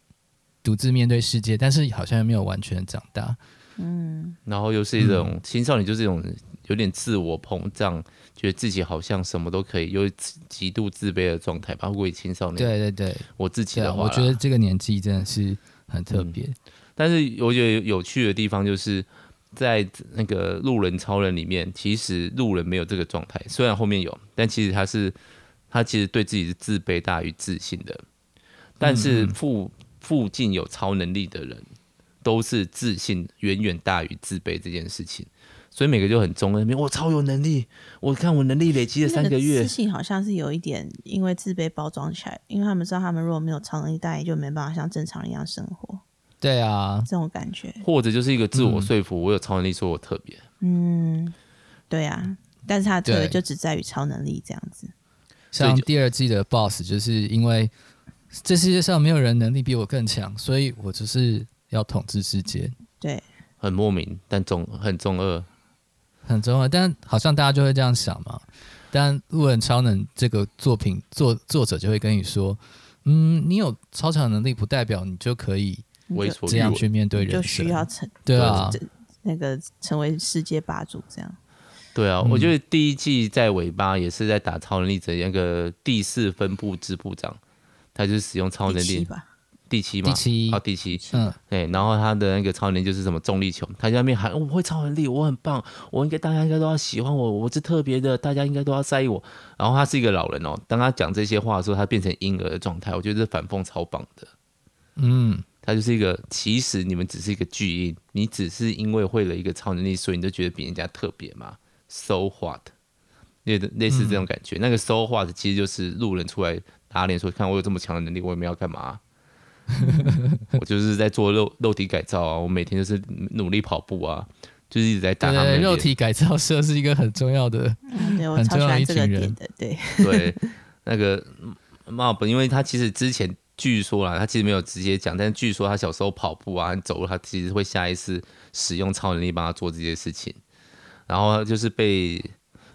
Speaker 3: 独自面对世界，但是好像又没有完全长大，
Speaker 2: 嗯，
Speaker 1: 然后又是一种、
Speaker 3: 嗯
Speaker 1: 青少年，就是一种有点自我膨胀，觉得自己好像什么都可以，又极极度自卑的状态吧。如果以青少年，
Speaker 3: 对对对，
Speaker 1: 我自己
Speaker 3: 对啊，
Speaker 1: 的话啦，
Speaker 3: 我觉得这嗯个年纪真的是很特别，
Speaker 1: 但是我觉得有趣的地方就是在那个路人超人里面，其实路人没有这个状态，虽然后面有，但其实他是他其实对自己是自卑大于自信的。但是附附近有超能力的人，都是自信远远大于自卑这件事情，所以每个就很中二那边，我超有能力，我看我能力累积了三个
Speaker 2: 那
Speaker 1: 月
Speaker 2: 自，信好像是有一点因为自卑包装起来，因为他们知道他们如果没有超能力，大家也就没办法像正常人一样生活，
Speaker 3: 对啊，
Speaker 2: 这种感觉。
Speaker 1: 或者就是一个自我说服，我有超能力，说我特别。
Speaker 2: 嗯，对啊，但是他的特别
Speaker 3: 对
Speaker 2: 就只在于超能力这样子。
Speaker 1: 所以
Speaker 3: 像
Speaker 1: 就
Speaker 3: 第二季的 BOSS，就是因为这世界上没有人能力比我更强，所以我就是要统治世界，
Speaker 2: 对，
Speaker 1: 很莫名，但中很中二，
Speaker 3: 很重要。但好像大家就会这样想嘛。但《路人超能》这个作品作作者就会跟你说，嗯，你有超强能力，不代表你就可以
Speaker 2: 你
Speaker 1: 为
Speaker 2: 就
Speaker 1: 所
Speaker 3: 这
Speaker 1: 欲
Speaker 3: 样
Speaker 1: 为。
Speaker 3: 去面对
Speaker 2: 你就
Speaker 3: 人
Speaker 2: 需
Speaker 3: 生。
Speaker 2: 要成
Speaker 3: 对啊，
Speaker 2: 这那个成为世界霸主这样。
Speaker 1: 对啊，
Speaker 3: 嗯
Speaker 1: 我觉得第一季在尾巴也是在打超能力者那个第四分部支部长，他就是使用超能
Speaker 2: 第七
Speaker 1: 力
Speaker 2: 吧，
Speaker 1: 第七嘛，
Speaker 3: 第七
Speaker 1: 啊第七，
Speaker 3: 嗯，
Speaker 1: 对，然后他的那个超能力就是什么重力球，他在那边喊、哦我会超能力，我很棒，我应该大家应该都要喜欢我，我是特别的，大家应该都要在意我。然后他是一个老人哦，当他讲这些话的时候，他变成婴儿的状态，我觉得这反讽超棒的。
Speaker 3: 嗯，
Speaker 1: 他就是一个，其实你们只是一个巨婴，你只是因为会了一个超能力，所以你就觉得比人家特别嘛？So what？类类似
Speaker 3: 嗯
Speaker 1: 这种感觉。那个 so what 其实就是路人出来打脸说，看我有这么强的能力，我也没要干嘛、 我就是在做肉肉体改造啊，我每天就是努力跑步啊，就是一直在打
Speaker 3: 对
Speaker 1: 他们的
Speaker 3: 对，
Speaker 1: 脸
Speaker 3: 肉体改造社是一个很重要的，
Speaker 2: 嗯对我
Speaker 3: 很
Speaker 2: 超
Speaker 3: 重
Speaker 2: 喜
Speaker 3: 要
Speaker 2: 欢
Speaker 3: 一
Speaker 2: 这个
Speaker 3: 群人
Speaker 2: 点的，对，
Speaker 1: 对，那个 Mob，因为他其实之前据说啦，他其实没有直接讲，但是据说他小时候跑步啊、走路，他其实会下意识使用超能力帮他做这些事情。然后就是被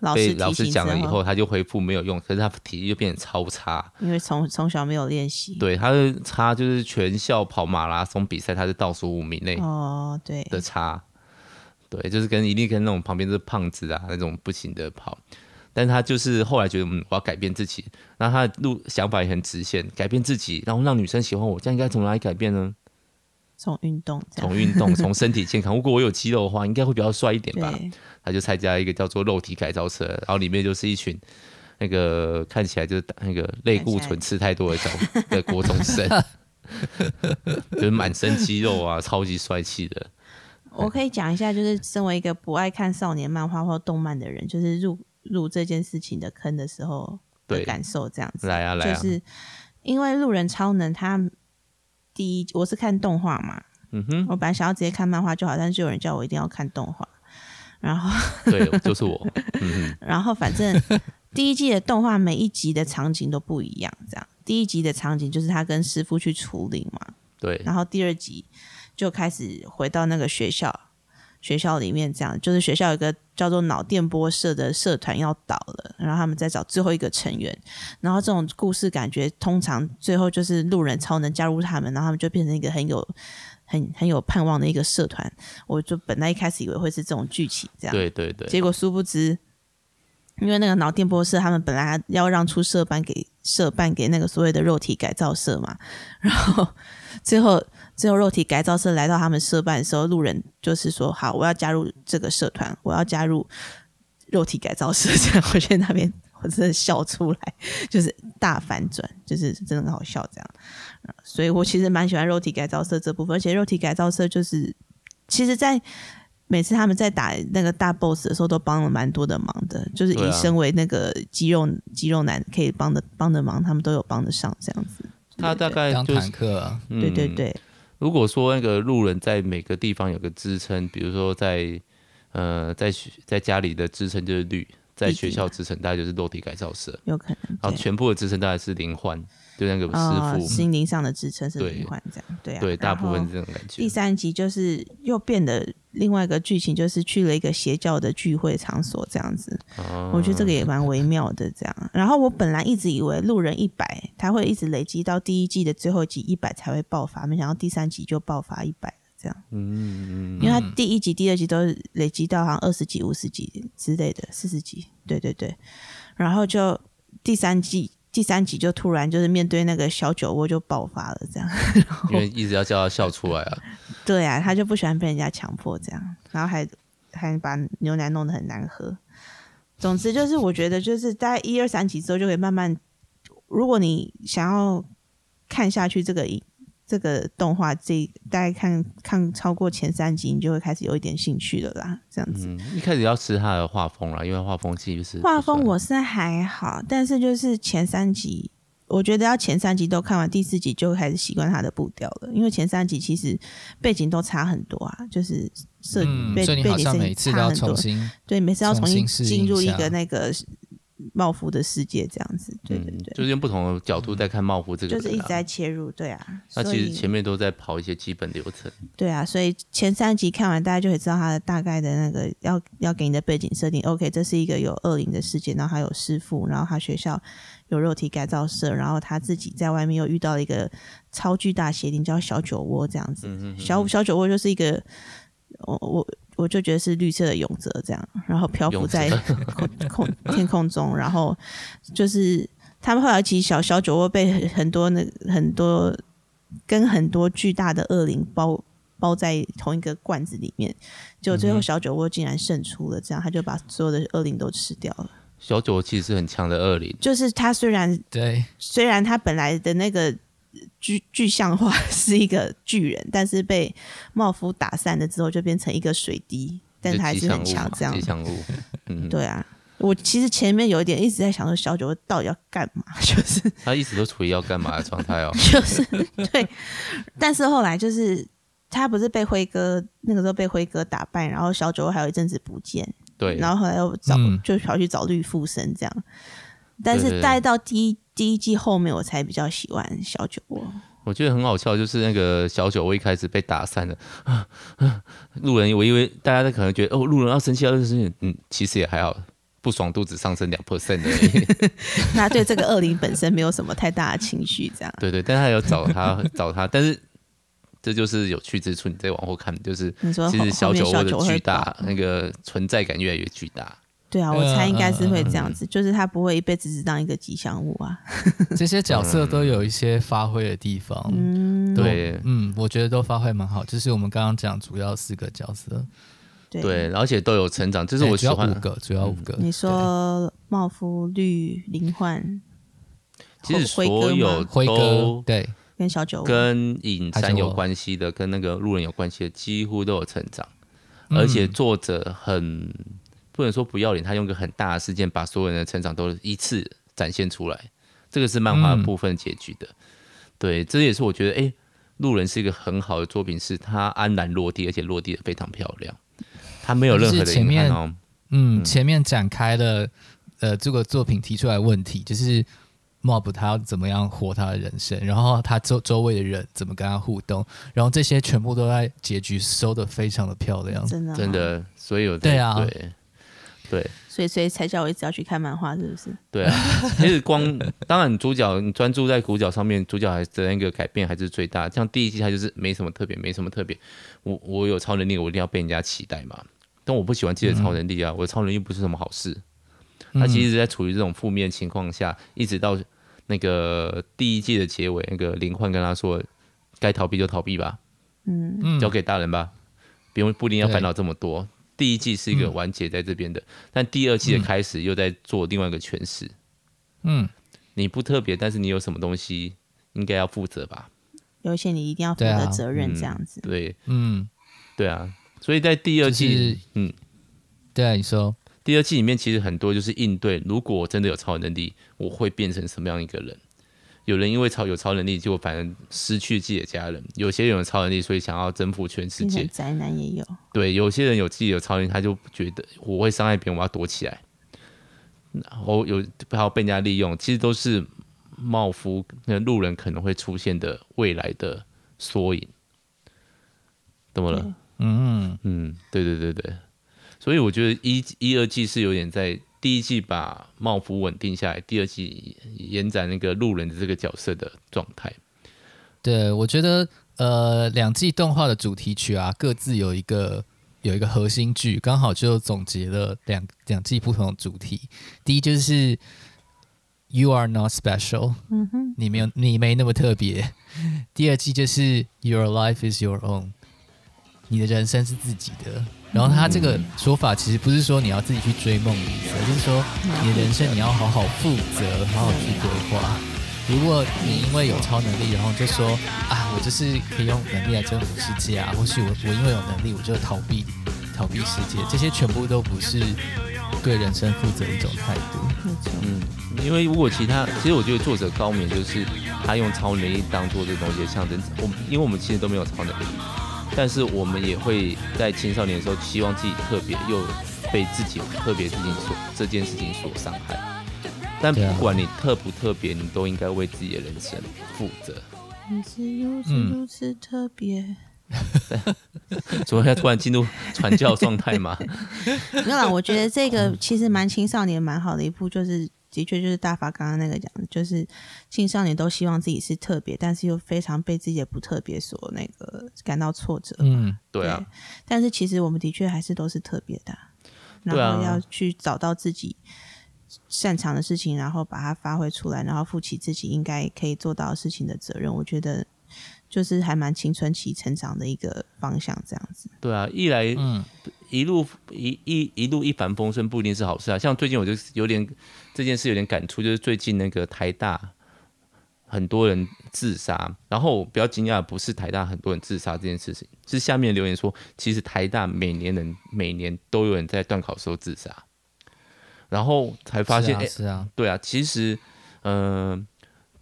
Speaker 2: 老
Speaker 1: 被
Speaker 2: 师
Speaker 1: 老
Speaker 2: 提
Speaker 1: 师
Speaker 2: 醒
Speaker 1: 讲了以
Speaker 2: 之
Speaker 1: 后，，他就恢复没有用，可是他体力就变得超差。
Speaker 2: 因为从从小没有练习，
Speaker 1: 对，他的差就是全校跑马拉松比赛，他是倒数五名内
Speaker 2: 哦，对，
Speaker 1: 的差。对，就是跟一定跟那种旁边是胖子啊那种不行的跑，但是他就是后来觉得嗯我要改变自己，然后他的路想法也很直线，改变自己，然后让女生喜欢我，这样应该从哪里改变呢？
Speaker 2: 从运动这样
Speaker 1: 从，运动，从身体健康。如果我有肌肉的话，应该会比较帅一点吧。
Speaker 2: 对，
Speaker 1: 他就参加一个叫做肉体改造社，然后里面就是一群那个看起来就是那个类固醇吃太多的小的国中 生，就是满身肌肉啊，超级帅气的。
Speaker 2: 我可以讲一下，就是身为一个不爱看少年漫画或动漫的人，就是入入这件事情的坑的时候的
Speaker 1: 对
Speaker 2: 感受，这样子。
Speaker 1: 来啊来啊，
Speaker 2: 就是因为《路人超能》他第一，我是看动画嘛，
Speaker 1: 嗯哼，
Speaker 2: 我本来想要直接看漫画就好，但是就有人叫我一定要看动画，然后
Speaker 1: 对， 就是我。嗯哼，
Speaker 2: 然后反正第一季的动画每一集的场景都不一样，这样。第一集的场景就是他跟师傅去处理嘛，
Speaker 1: 对，
Speaker 2: 然后第二集就开始回到那个学校，学校里面这样，就是学校有一个叫做脑电波社的社团要倒了，然后他们在找最后一个成员，然后这种故事感觉通常最后就是路人超能加入他们，然后他们就变成一个很有。很很有盼望的一个社团，我就本来一开始以为会是这种剧情，这样
Speaker 1: 对对对，
Speaker 2: 结果殊不知，因为那个脑电波社，他们本来要让出社办给社办给那个所谓的肉体改造社嘛， 然后最后最后肉体改造社来到他们社办的时候，路人就是说：“好，我要加入这个社团，我要加入肉体改造社。”这样我去那边我真的笑出来，就是大反转，就是真的很好笑这样。呃所以我其实蛮喜欢肉体改造社这部分，而且肉体改造社就是，其实，在每次他们在打那个大 boss 的时候，都帮了蛮多的忙的，就是
Speaker 1: 对
Speaker 2: 以
Speaker 1: 啊
Speaker 2: 身为那个肌肉肌肉男可以帮的帮的忙，他们都有帮得上这样子。
Speaker 1: 他大概
Speaker 3: 当
Speaker 1: 哎就
Speaker 3: 坦
Speaker 1: 是，
Speaker 3: 克啊，
Speaker 1: 嗯
Speaker 2: 对对对，
Speaker 1: 如果说那个路人在每个地方有个支撑，比如说在呃在学在家里的支撑就是绿，在
Speaker 2: 弟弟
Speaker 1: 学校支撑大概就是肉体改造社，
Speaker 2: 有可能。
Speaker 1: 然后
Speaker 2: 对
Speaker 1: 全部的支撑大概是灵幻，就那个
Speaker 2: 啊，
Speaker 1: 师傅，
Speaker 2: 心灵上的支撑是
Speaker 1: 对
Speaker 2: 灵幻这样，对啊，
Speaker 1: 对，大部
Speaker 2: 然
Speaker 1: 分
Speaker 2: 后
Speaker 1: 是这种感觉
Speaker 2: 第。三集就是又变得另外一个剧情，就是去了一个邪教的聚会场所这样子。
Speaker 1: 哦
Speaker 2: 我觉得这个也蛮微妙的这样。然后我本来一直以为路人一百，他会一直累积到第一季的最后一集一百才会爆发，没想到第三集就爆发一百了这样。
Speaker 1: 嗯，嗯嗯
Speaker 2: 因为他第一集、第二集都是累积到好像二十集、五十集之类的，四十集，对对对。然后就第三季，第三集就突然就是面对那个小酒窝就爆发了，这样。
Speaker 1: 因为一直要叫他笑出来 啊，
Speaker 2: 对啊，他就不喜欢被人家强迫这样，然后还还把牛奶弄得很难喝。总之就是，我觉得就是大概一二三集之后就可以慢慢，如果你想要看下去这个影这个动画，这大概看看超过前三集，你就会开始有一点兴趣了啦。这样子，
Speaker 1: 嗯，一开始要吃他的画风啦，因为画风其实是
Speaker 2: 画
Speaker 3: 啊
Speaker 2: 风
Speaker 1: 不算
Speaker 2: 我是还好，但是就是前三集，我觉得要前三集都看完，第四集就开始习惯他的步调了。因为前三集其实背景都差很多啊，就是设、
Speaker 3: 嗯，
Speaker 2: 背
Speaker 3: 所以你
Speaker 2: 背
Speaker 3: 好
Speaker 2: 景
Speaker 3: 像
Speaker 2: 声
Speaker 3: 每
Speaker 2: 音
Speaker 3: 次都
Speaker 2: 差
Speaker 3: 要
Speaker 2: 很多
Speaker 3: 重，新
Speaker 2: 对，每次要重
Speaker 3: 重
Speaker 2: 新
Speaker 3: 新适应
Speaker 2: 进入
Speaker 3: 一
Speaker 2: 一
Speaker 3: 下
Speaker 2: 个那个冒夫的世界这样子。对对
Speaker 1: 嗯
Speaker 2: 对，嗯
Speaker 1: 就是用不同的角度在看茂夫这个
Speaker 2: 就
Speaker 1: 人啊，
Speaker 2: 是一直在切入，对啊。
Speaker 1: 那
Speaker 2: 所
Speaker 1: 其实
Speaker 2: 以
Speaker 1: 前面都在跑一些基本流程，
Speaker 2: 对啊，所以前三集看完，大家就会知道它的大概的那个要要给你的背景设定。OK，这是一个有恶灵的世界，然后还有师傅，然后他学校有肉体改造社，然后他自己在外面又遇到了一个超巨大邪灵，叫小酒窝这样
Speaker 1: 嗯
Speaker 2: 子。嗯小小酒窝就是一个，我我我就觉得是绿色的勇者这样，然后漂浮在空空天空中，然后就是他们后来其实小小酒窝被很很多那很多跟很多巨大的恶灵包包在同一个罐子里面，结果最后小酒窝竟然胜出了，这样他就把所有的恶灵都吃掉了。
Speaker 1: 小九其实是很强的恶灵，
Speaker 2: 就是他虽然
Speaker 3: 对
Speaker 2: 虽然他本来的那个具具象化 是一个巨人，但是被茂夫打散了之后，就变成一个水滴，但
Speaker 1: 就
Speaker 2: 他还
Speaker 1: 吉
Speaker 2: 是
Speaker 1: 祥
Speaker 2: 很
Speaker 1: 物
Speaker 2: 强
Speaker 1: 嘛，，
Speaker 2: 这样
Speaker 1: 吉祥 物，嗯，
Speaker 2: 对啊。我其实前面有一点一直在想说，小九到底要干嘛？ 就是，
Speaker 1: 他一直都处于要干嘛的状态哦
Speaker 2: 就是对，但是后来就是他不是被辉哥那个时候被辉哥打败，然后小九还有一阵子不见，
Speaker 1: 对，
Speaker 2: 然后后来又找、
Speaker 3: 嗯
Speaker 2: 就跑去找绿附身这样，但
Speaker 1: 对
Speaker 2: 是
Speaker 1: 对
Speaker 2: 待到第一第一季后面，我才比较喜欢小酒窝。
Speaker 1: 我觉得很好笑，就是那个小九，我一开始被打散了， 啊啊路人，我以为大家都可能觉得哦，路人要生气要生气，嗯，其实也还好，不爽度只上升两 percent 而已，
Speaker 2: 那对这个恶灵本身没有什么太大的情绪，这样
Speaker 1: 对对，但他有找他 找他，但是这就是有趣之处，你再往后看，就是
Speaker 2: 你说
Speaker 1: 其
Speaker 2: 后
Speaker 1: 实小酒窝
Speaker 2: 后
Speaker 1: 的
Speaker 2: 面小酒
Speaker 1: 巨
Speaker 2: 会
Speaker 1: 大，那个存在感越来越巨大，
Speaker 2: 对啊，
Speaker 3: 对
Speaker 2: 我
Speaker 3: 啊
Speaker 2: 猜应该是会这样子，就是他不会一辈子只当一个吉祥物啊。
Speaker 3: 这些角色都有一些发挥的地方，
Speaker 2: 嗯，
Speaker 1: 对。
Speaker 3: 嗯，我觉得都发挥蛮好。就是我们刚刚讲主要四个角色，
Speaker 2: 对
Speaker 1: 对，而且都有成长，这是我
Speaker 3: 哎主
Speaker 1: 喜
Speaker 3: 要
Speaker 1: 欢嗯
Speaker 3: 五。个，主要五个。
Speaker 2: 你说茂夫、绿、林焕
Speaker 1: 其实
Speaker 2: 哦辉哥
Speaker 1: 所
Speaker 2: 吗
Speaker 1: 有
Speaker 3: 对辉哥
Speaker 1: 都
Speaker 3: 对，
Speaker 2: 跟小九，
Speaker 1: 跟影
Speaker 3: 还是
Speaker 1: 山
Speaker 3: 我
Speaker 1: 有关系的，跟那个路人有关系的，几乎都有成长。
Speaker 3: 嗯
Speaker 1: 而且作者很不能说不要脸，他用一个很大的事件把所有人的成长都依次展现出来，这个是漫画
Speaker 3: 嗯
Speaker 1: 部分结局的。对，这也是我觉得，哎、路人是一个很好的作品，是它安然落地，而且落地的非常漂亮，它没有任何
Speaker 3: 就
Speaker 1: 的
Speaker 3: 是前
Speaker 1: 遗憾
Speaker 3: 面
Speaker 1: 哦。
Speaker 3: 嗯，前面展开了呃这个作品提出来的问题，就是 Mob 他要怎么样活他的人生，然后他周周围的人怎么跟他互动，然后这些全部都在结局收的非常的漂亮。
Speaker 2: 真的
Speaker 1: 真
Speaker 2: 哦，
Speaker 1: 的，所以有
Speaker 3: 对啊
Speaker 1: 对对
Speaker 2: 所以所以才叫我一直要去看漫画，是不是？
Speaker 1: 对啊， 其实光当然主角你专注在主角上面，主角还是的那个改变还是最大。像第一季它就是没什么特别，没什么特别。我我有超能力，我一定要被人家期待嘛。但我不喜欢自己的超能力啊，我的超能力不是什么好事。他其
Speaker 3: 实、
Speaker 1: 实在处于这种负面情况下，一直到那个第一季的结尾，那个林焕跟他说：“该逃避就逃避吧，
Speaker 2: 嗯，
Speaker 3: 嗯
Speaker 1: 交给大人吧，不用不一定要
Speaker 3: 对嗯
Speaker 1: 烦恼这么多。”第一季是一个完结在这边的，但第二季的开始又在做另外一个诠释。
Speaker 3: 嗯，
Speaker 1: 你不特别，但是你有什么东西应该要负责吧？嗯
Speaker 2: 有一些你一定要负
Speaker 3: 对
Speaker 2: 的
Speaker 3: 啊
Speaker 2: 责任，这样子。
Speaker 1: 对
Speaker 3: 嗯，
Speaker 1: 对啊，所以在第二季，
Speaker 3: 就是
Speaker 1: 嗯，
Speaker 3: 对啊，你说，
Speaker 1: 第二季里面其实很多就是应对，如果我真的有超能力，我会变成什么样一个人？有人因为超有超能力，结果反而失去自己的家人；有些人有超能力，所以想要征服全世
Speaker 2: 变
Speaker 1: 界
Speaker 2: 成。宅男也有，
Speaker 1: 对，有些人有自己有超能力，他就觉得我会伤害别人，我要躲起来，然后有还有被人家利用，其实都是冒夫那路人可能会出现的未来的缩影。怎么了？
Speaker 3: 嗯，
Speaker 1: 嗯，对对对对，所以我觉得一一二季是有点在第一季把帽服稳定下来，第二季延展那个路人的这个角色的状态。
Speaker 3: 对，我觉得呃，两季动画的主题曲啊，各自有一个有一个核心句，刚好就总结了两两季不同的主题。第一就是 “You are not special”，
Speaker 2: 嗯哼，
Speaker 3: 你没有你没那么特别。第二季就是 “Your life is your own”，你的人生是自己的。然后他这个说法其实不是说你要自己去追梦的意思，而是说
Speaker 2: 嗯
Speaker 3: 你的人生你要好好负责，好好去规划。如果你因为有超能力，然后就说啊，我就是可以用能力来征服世界啊，或许我我因为有能力，我就逃避逃避世界，这些全部都不是对人生负责的一种态度。
Speaker 2: 没错，
Speaker 1: 嗯，因为如果其他，其实我觉得作者高明就是他用超能力当做这个东西的象征。我们因为我们其实都没有超能力，但是我们也会在青少年的时候希望自己特别，又被自己特别事情所这件事情所伤害。但不
Speaker 3: 对啊
Speaker 1: 管你特不特别，你都应该为自己的人生负责。
Speaker 2: 你是如此
Speaker 3: 嗯
Speaker 2: 如此特别。
Speaker 1: 怎么要突然进入传教状态嘛？
Speaker 2: 没有啦，我觉得这个
Speaker 1: 嗯
Speaker 2: 其实蛮青少年蛮好的一部，就是的确就是大发刚刚那个讲的，就是青少年都希望自己是特别，但是又非常被自己的不特别所那个感到挫折。
Speaker 3: 嗯，
Speaker 1: 对啊，
Speaker 2: 但是其实我们的确还是都是特别的啊，然
Speaker 1: 对啊
Speaker 2: 后要去找到自己擅长的事情，然后把它发挥出来，然后负起自己应该可以做到的事情的责任。我觉得就是还蛮青春期成长的一个方向，这样子。
Speaker 1: 对啊，一来
Speaker 3: 嗯，
Speaker 1: 一路一一一路一帆风顺不一定是好事啊。像最近我就是有点这件事有点感触，就是最近那个台大很多人自杀，然后我比较惊讶的不是台大很多人自杀这件事情，是下面留言说，其实台大每年人每年都有人在断考的时候自杀，然后才发现，
Speaker 3: 是啊
Speaker 1: 哎、
Speaker 3: 是啊，
Speaker 1: 对啊，其实，嗯、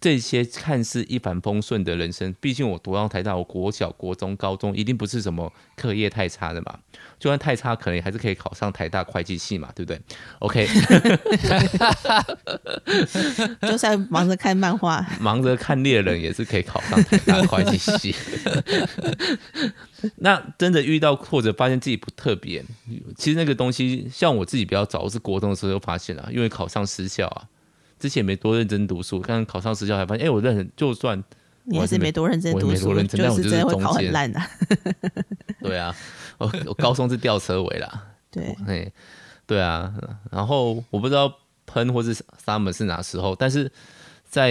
Speaker 1: 这些看似一帆风顺的人生，毕竟我读到台大，我国小、国中、高中一定不是什么课业太差的嘛，就算太差，可能也还是可以考上台大会计系嘛，对不对？OK，
Speaker 2: 就在忙着看漫画，
Speaker 1: 忙着看猎人也是可以考上台大会计系。 那真的遇到或者发现自己不特别，其实那个东西，像我自己比较早，我是国中的时候就发现了，因为考上私校啊，之前没多认真读书，但考上私校才发现，哎、我认就算
Speaker 2: 你
Speaker 1: 我
Speaker 2: 还
Speaker 1: 还
Speaker 2: 是
Speaker 1: 是没
Speaker 2: 没多认真
Speaker 1: 我也
Speaker 2: 读
Speaker 1: 没
Speaker 2: 书
Speaker 1: 多，认真但我
Speaker 2: 是
Speaker 1: 就
Speaker 2: 真
Speaker 1: 是
Speaker 2: 的会
Speaker 1: 中
Speaker 2: 考很
Speaker 1: 间
Speaker 2: 烂啊。
Speaker 1: 对啊，我我高中是吊车尾啦，
Speaker 2: 对，
Speaker 1: 嘿，对啊，然后我不知道喷或是 summer 是哪时候，但是在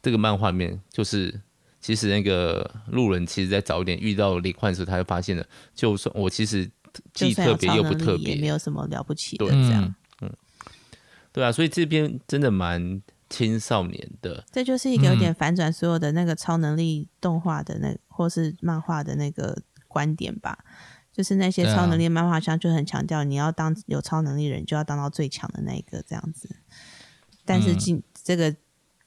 Speaker 1: 这个漫画里面，就是其实那个路人其实在早一点遇到李焕的时候，他就发现了，就算我其实
Speaker 2: 就
Speaker 1: 既
Speaker 2: 算
Speaker 1: 特
Speaker 2: 有
Speaker 1: 别
Speaker 2: 超
Speaker 1: 又不
Speaker 2: 能
Speaker 1: 特
Speaker 2: 力，也
Speaker 1: 别
Speaker 2: 没，有什么了不起的
Speaker 1: 对
Speaker 2: 这样。
Speaker 3: 嗯
Speaker 1: 对啊，所以这边真的蛮青少年的，
Speaker 2: 这就是一个有
Speaker 1: 嗯
Speaker 2: 点反转所有的那个超能力动画的那或是漫画的那个观点吧。就是那些
Speaker 3: 对啊
Speaker 2: 超能力漫画上就很强调，你要当有超能力人，就要当到最强的那一个这样子。但是
Speaker 3: 嗯
Speaker 2: 进、这个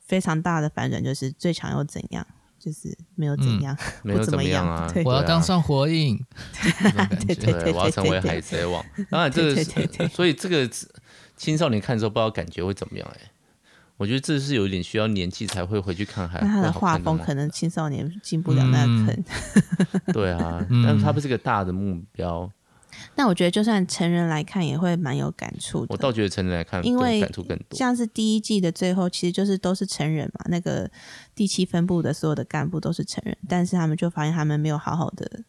Speaker 2: 非常大的反转就是最强又怎样？就是没有
Speaker 1: 嗯
Speaker 2: 怎样，
Speaker 1: 没有
Speaker 2: 不怎
Speaker 1: 怎
Speaker 2: 么
Speaker 1: 样啊，
Speaker 2: 对
Speaker 3: 我要
Speaker 1: 对啊
Speaker 3: 当上火 影，那种感觉
Speaker 2: 对对
Speaker 1: 对，我要成为海贼 王。当然，这个
Speaker 2: 对
Speaker 1: 是
Speaker 2: 对对对
Speaker 1: 所以这个青少年看的时候，不知道感觉会怎么样、哎，我觉得这是有点需要年纪才会回去看还
Speaker 2: 那他的
Speaker 1: 会好看
Speaker 2: 画风
Speaker 1: 吗嗯
Speaker 2: 可能青少年进不了那个坑。
Speaker 1: 对 啊，但是它不是个大的目标。
Speaker 2: 但我觉得就算成人来看，也会蛮有感触的。
Speaker 1: 我倒觉得成人来看，
Speaker 2: 因为
Speaker 1: 感触更多。
Speaker 2: 像是第一季的最后，其实就是都是成人嘛，那个第七分部的所有的干部都是成人，但是他们就发现他们没有好好的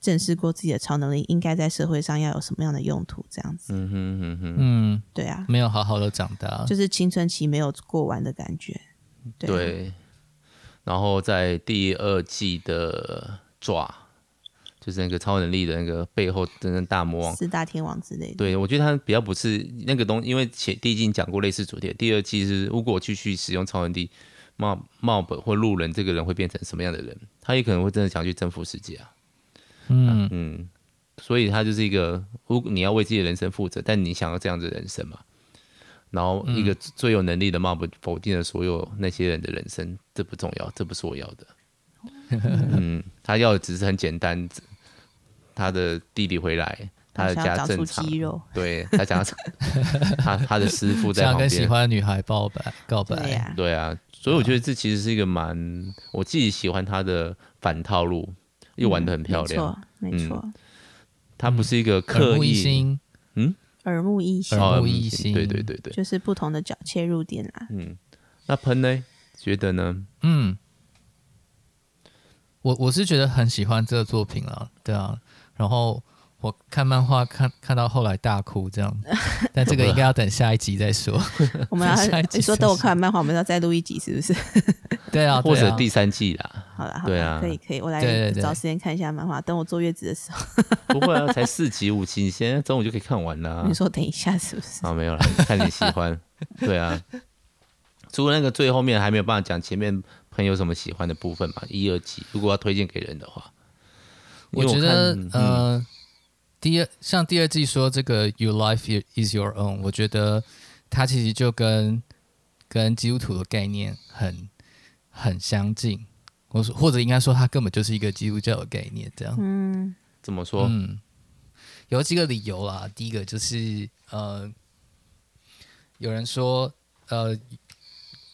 Speaker 2: 正视过自己的超能力应该在社会上要有什么样的用途，这样子，
Speaker 1: 嗯哼嗯哼，
Speaker 3: 嗯，
Speaker 2: 对啊，
Speaker 3: 没有好好的长大，
Speaker 2: 就是青春期没有过完的感觉，对啊
Speaker 1: 对。然后在第二季的爪就是那个超能力的那个背后真正大魔王。
Speaker 2: 四大天王之类的。
Speaker 1: 对，我觉得他比较不是那个东，因为前第一季已经讲过类似主题，第二季是如果继续使用超能力，冒冒本或路人这个人会变成什么样的人？他也可能会真的想去征服世界啊。
Speaker 3: 嗯，
Speaker 1: 嗯，所以他就是一个，如果你要为自己的人生负责，但你想要这样子的人生嘛？然后
Speaker 2: 嗯
Speaker 1: 一个最有能力的 mob 否定了所有那些人的人生，这不重要，这不是我要 的。嗯，他要的只是很简单，他的弟弟回来，他的
Speaker 2: 想要
Speaker 1: 家
Speaker 2: 长
Speaker 1: 正
Speaker 2: 出
Speaker 1: 常，
Speaker 2: 肌肉，
Speaker 1: 对他想要长他他的师傅在
Speaker 3: 想
Speaker 1: 旁
Speaker 3: 跟喜
Speaker 1: 边，
Speaker 3: 欢的女孩告白告
Speaker 2: 对
Speaker 3: 白，
Speaker 2: 呀、
Speaker 1: 对啊，所以我觉得这其实是一个蛮我自己喜欢他的反套路，又玩的很漂亮。
Speaker 2: 嗯
Speaker 1: 嗯
Speaker 2: 没错，没错，
Speaker 1: 他不是一个
Speaker 3: 嗯耳
Speaker 1: 刻
Speaker 3: 目一
Speaker 1: 意
Speaker 3: 新，
Speaker 2: 耳目一新
Speaker 3: 耳，目
Speaker 1: 哦，
Speaker 3: 一新
Speaker 1: 对对对对。
Speaker 2: 就是不同的角切入点啦。
Speaker 1: 嗯，那喷呢？觉得呢？
Speaker 3: 嗯，我我是觉得很喜欢这个作品了，对啊。然后我看漫画看看到后来大哭这样，但这个应该要等下一集再说。
Speaker 2: 我们要
Speaker 3: 下一集
Speaker 2: 你说等我看完漫画，我们要再录一集，是不是？
Speaker 3: 对啊，
Speaker 1: 或
Speaker 3: 对
Speaker 1: 者
Speaker 3: 啊
Speaker 1: 第三季啦？
Speaker 2: 好了，好
Speaker 1: 对
Speaker 2: 了，
Speaker 1: 啊
Speaker 2: 可以可以，我
Speaker 3: 对
Speaker 2: 来
Speaker 3: 对对
Speaker 2: 找时间看一下漫画。等我坐月子的时候，
Speaker 1: 不会啊，才四集五集，你现在中午就可以看完啦
Speaker 2: 你。说等一下是 不是？
Speaker 1: 啊，没有啦，看你喜 欢。对啊，除了那个最后面还没有办法讲前面朋友什么喜欢的部分嘛，一二集如果要推荐给人的话，
Speaker 3: 我
Speaker 1: 因为
Speaker 3: 觉
Speaker 1: 看
Speaker 3: 得
Speaker 1: 嗯
Speaker 3: 呃，第二像第二季说这个 “Your life is your own”，我觉得它其实就跟跟基督徒的概念很很相近。我说，或者应该说，它根本就是一个基督教的概念，这样。
Speaker 2: 嗯，
Speaker 1: 怎么说？
Speaker 3: 嗯，有几个理由啦。第一个就是呃，有人说呃，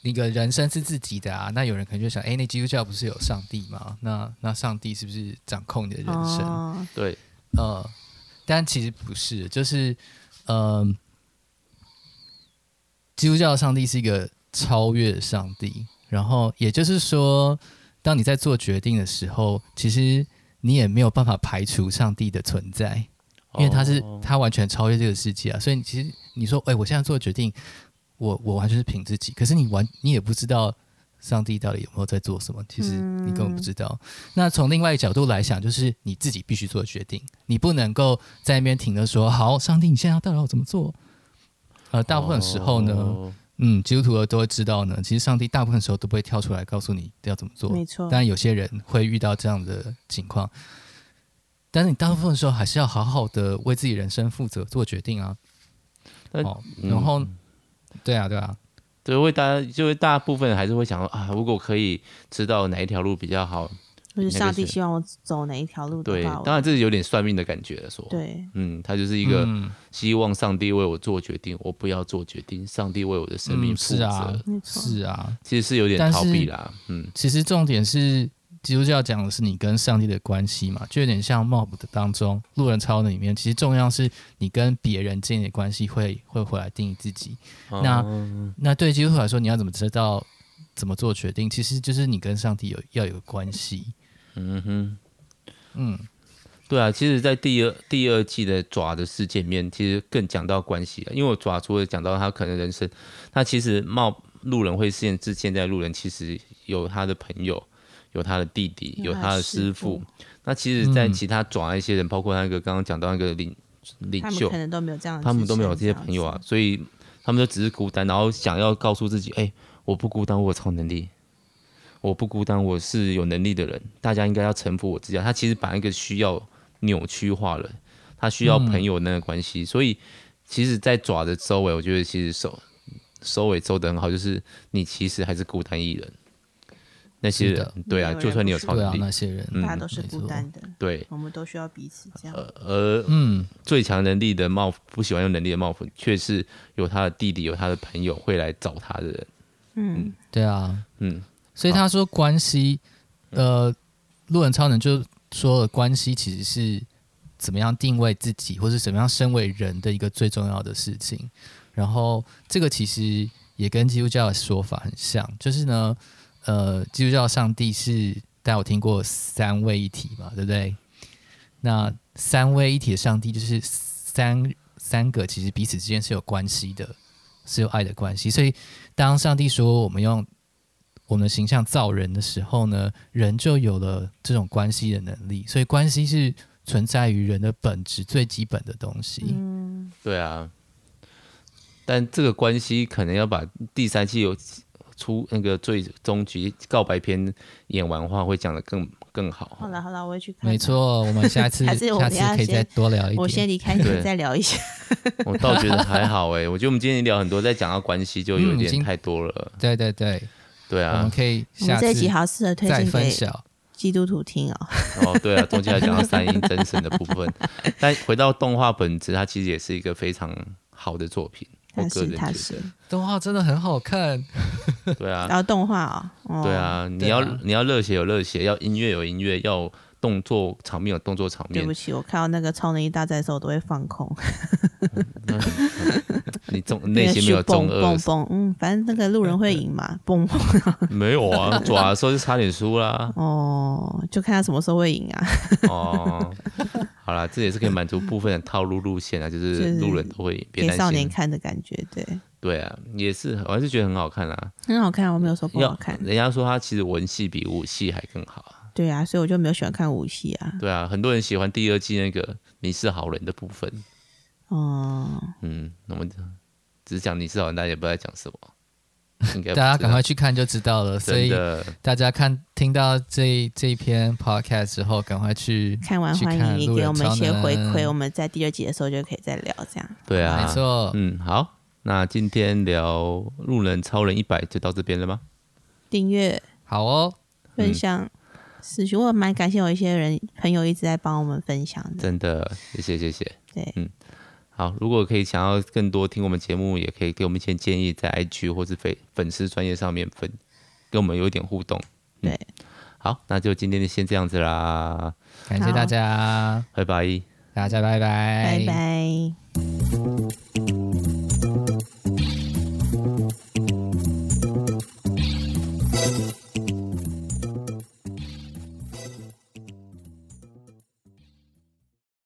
Speaker 3: 那个人生是自己的啊，那有人可能就想，哎、那基督教不是有上帝吗？那那上帝是不是掌控你的人生？
Speaker 2: 哦，
Speaker 1: 对，
Speaker 3: 呃，但其实不是，就是呃，基督教的上帝是一个超越上帝，然后也就是说，当你在做决定的时候，其实你也没有办法排除上帝的存在，因为他是、
Speaker 1: 哦
Speaker 3: 他完全超越这个世界啊，所以你其实你说，哎、我现在做决定，我我完全是凭自己，可是你完你也不知道上帝到底有没有在做什么，其实你根本不知道。那从另外一个角度来想，就是你自己必须做决定，你不能够在那边停着说，好，上帝，你现在要到底要怎么做？呃，大部分时候呢，
Speaker 1: 哦
Speaker 3: 嗯，基督徒都会知道呢，其实上帝大部分时候都不会跳出来告诉你要怎么做，
Speaker 2: 没错，
Speaker 3: 但有些人会遇到这样的情况，但是你大部分的时候还是要好好的为自己人生负责，做决定啊。
Speaker 1: 那
Speaker 3: 哦，
Speaker 1: 嗯
Speaker 3: 然后、对啊，对啊，
Speaker 1: 对，会大家就会大部分还是会想说啊，如果可以知道哪一条路比较好，
Speaker 2: 就是上帝
Speaker 1: 哪个选
Speaker 2: 希望我走哪一条路
Speaker 1: 对
Speaker 2: 的话，，我
Speaker 1: 当然这是有点算命的感觉了，说，
Speaker 2: 对，
Speaker 1: 嗯，他就是一个
Speaker 3: 嗯
Speaker 1: 希望上帝为我做决定，我不要做决定，上帝为我的生命
Speaker 3: 嗯
Speaker 1: 负
Speaker 3: 是
Speaker 1: 责。
Speaker 3: 啊，
Speaker 2: 没错，
Speaker 3: 是啊，
Speaker 1: 其实是有点
Speaker 3: 但
Speaker 1: 逃避
Speaker 3: 是
Speaker 1: 啦，嗯，
Speaker 3: 其实重点是基督教讲的是你跟上帝的关系嘛，就有点像 mob 的当中路人超能里面，其实重要是你跟别人建立的关系会会回来定义自己。那
Speaker 1: 哦
Speaker 3: 那对基督徒来说，你要怎么知道怎么做决定？其实就是你跟上帝有要有关系。
Speaker 1: 嗯哼，
Speaker 3: 嗯，
Speaker 1: 对啊，其实，在第二第二季的爪的事件里面，其实更讲到关系了，啊因为我爪除了讲到他可能人生，他其实冒路人会限制现在路人，其实有他的朋友，有他的弟弟，有他的师傅。那其实，在
Speaker 3: 嗯
Speaker 1: 其他爪那些人，包括那个刚刚讲到那个领领
Speaker 2: 他们
Speaker 1: 袖
Speaker 2: 可，能都没有这样的支撑，
Speaker 1: 他们都没有这些朋友啊，所以他们就只是孤单，然后想要告诉自己，哎、我不孤单，我有超能力，我不孤单，我是有能力的人，大家应该要臣服我自己啊。他其实把那个需要扭曲化了，他需要朋友那个关
Speaker 2: 嗯
Speaker 1: 系，所以其实，在爪的周围，我觉得其实收收尾收的很好，就是你其实还是孤单一人。那些
Speaker 3: 是的
Speaker 1: 人，对啊，
Speaker 2: 没有人
Speaker 1: 就算你有
Speaker 2: 不是
Speaker 1: 超
Speaker 3: 对啊，
Speaker 1: 能力
Speaker 3: 那，些人，
Speaker 1: 嗯
Speaker 2: 这样子，大家都是
Speaker 3: 没
Speaker 2: 孤
Speaker 3: 错
Speaker 2: 单的，
Speaker 1: 对，
Speaker 2: 我们都需要彼此这样。
Speaker 1: 而
Speaker 3: 嗯，
Speaker 1: 最强能力的冒不喜欢用能力的冒粉，却是有他的弟弟、有他的朋友会来找他的人。
Speaker 2: 嗯，
Speaker 3: 对啊，
Speaker 1: 嗯，
Speaker 3: 所以他说关系，呃，路人超能就说了，关系其实是怎么样定位自己，或是怎么样身为人的一个最重要的事情。然后这个其实也跟基督教的说法很像，就是呢，呃，基督教上帝是大家有听过三位一体嘛，对不对？那三位一体的上帝就是三三个其实彼此之间是有关系的，是有爱的关系。所以当上帝说我们用我们的形象造人的时候呢，人就有了这种关系的能力，所以关系是存在于人的本质最基本的东西。
Speaker 2: 嗯
Speaker 1: 对啊，但这个关系可能要把第三季有出那个最终局告白篇演完的话，会讲的更更好。
Speaker 2: 好了好了，我会去看。
Speaker 3: 没，错，我们下次
Speaker 2: 还是我
Speaker 3: 下
Speaker 2: 们
Speaker 3: 次
Speaker 2: 要
Speaker 3: 可以再
Speaker 2: 先
Speaker 3: 多聊一
Speaker 2: 我先
Speaker 3: 点。
Speaker 2: 离开你
Speaker 1: 对
Speaker 2: 再聊一下。
Speaker 1: 我倒觉得还好哎、我觉得我们今天聊很多，再讲到关系就有
Speaker 3: 嗯已
Speaker 1: 点
Speaker 3: 经
Speaker 1: 太多了。
Speaker 3: 对对对，
Speaker 1: 对
Speaker 3: 我们
Speaker 2: 哦
Speaker 1: 啊，
Speaker 3: 可以
Speaker 2: 我们
Speaker 3: 下
Speaker 2: 这
Speaker 3: 次
Speaker 2: 一集好适合推
Speaker 3: 再
Speaker 2: 荐
Speaker 3: 分
Speaker 2: 给
Speaker 3: 享。
Speaker 2: 基督徒听哦。
Speaker 1: 哦对啊，中间还讲到三阴真神的部分，但回到动画本质，它其实也是一个非常好的作品。我
Speaker 2: 他
Speaker 1: 个
Speaker 2: 是
Speaker 1: 人
Speaker 2: 他
Speaker 1: 觉
Speaker 2: 是，
Speaker 3: 动画真的很好
Speaker 1: 哎
Speaker 3: 看，
Speaker 1: 得，对啊
Speaker 2: 然，后动画哦，哦
Speaker 1: 对，啊，你
Speaker 3: 对
Speaker 1: 要
Speaker 3: 啊
Speaker 1: 你要热血有热血，要音乐有音乐，要动作场面有动作场
Speaker 2: 对
Speaker 1: 面
Speaker 2: 不。起，我看到那个超能力大战的时候，我都会放空。
Speaker 1: 你中内心没有中
Speaker 2: 蹦蹦
Speaker 1: 二，
Speaker 2: 蹦，嗯，反正那个路人会赢嘛，蹦 蹦。
Speaker 1: 没有啊，爪的时候就差点输啦。
Speaker 2: 哦，就看他什么时候会赢啊。
Speaker 1: 哦，好啦，这也是可以满足部分的套路路线啊，就
Speaker 2: 就是是
Speaker 1: 路人都会别
Speaker 2: 给少
Speaker 1: 担
Speaker 2: 年
Speaker 1: 心。
Speaker 2: 看的感觉，对，
Speaker 1: 对啊，也是，我还是觉得很好看啊。
Speaker 2: 很好看，我没有说不
Speaker 1: 要
Speaker 2: 哦好看，
Speaker 1: 人家说他其实文戏比武戏还更好啊。
Speaker 2: 对啊，所以我就没有喜欢看武戏啊，
Speaker 1: 对啊，很多人喜欢第二季那个你是好人的部分。
Speaker 2: 哦、
Speaker 1: 嗯，我们只是讲你是好人，大家也不知道在讲什么。应该
Speaker 3: 大
Speaker 1: 不
Speaker 3: 家
Speaker 1: 知
Speaker 3: 赶
Speaker 1: 道
Speaker 3: 快去看就知道了。所
Speaker 1: 真
Speaker 3: 以
Speaker 1: 的
Speaker 3: 大家看听到这这一篇 podcast 之后，赶快去
Speaker 2: 看完
Speaker 3: 去
Speaker 2: 欢迎
Speaker 3: 看
Speaker 2: 你
Speaker 3: 路
Speaker 2: 给
Speaker 3: 人
Speaker 2: 我们一
Speaker 3: 超
Speaker 2: 些回
Speaker 3: 能
Speaker 2: 馈，我们在第二集的时候就可以再聊，这样，
Speaker 1: 对啊，
Speaker 3: 没错，
Speaker 1: 嗯，好，那今天聊《路人超人一百》就到这边了吗？
Speaker 2: 订阅
Speaker 3: 好哦，
Speaker 1: 嗯
Speaker 2: 分享。私讯，我蛮感谢有一些人朋友一直在帮我们分享的，
Speaker 1: 真的，谢谢谢谢。
Speaker 2: 对，
Speaker 1: 好，如果可以想要更多听我们节目，也可以给我们一些建议，在 IG 或是粉粉丝专业上面分，跟我们有一点互动。嗯
Speaker 2: 对，
Speaker 1: 好，那就今天就先这样子啦，
Speaker 3: 感谢大家，
Speaker 1: 拜拜。
Speaker 3: 大家拜拜，
Speaker 2: 拜拜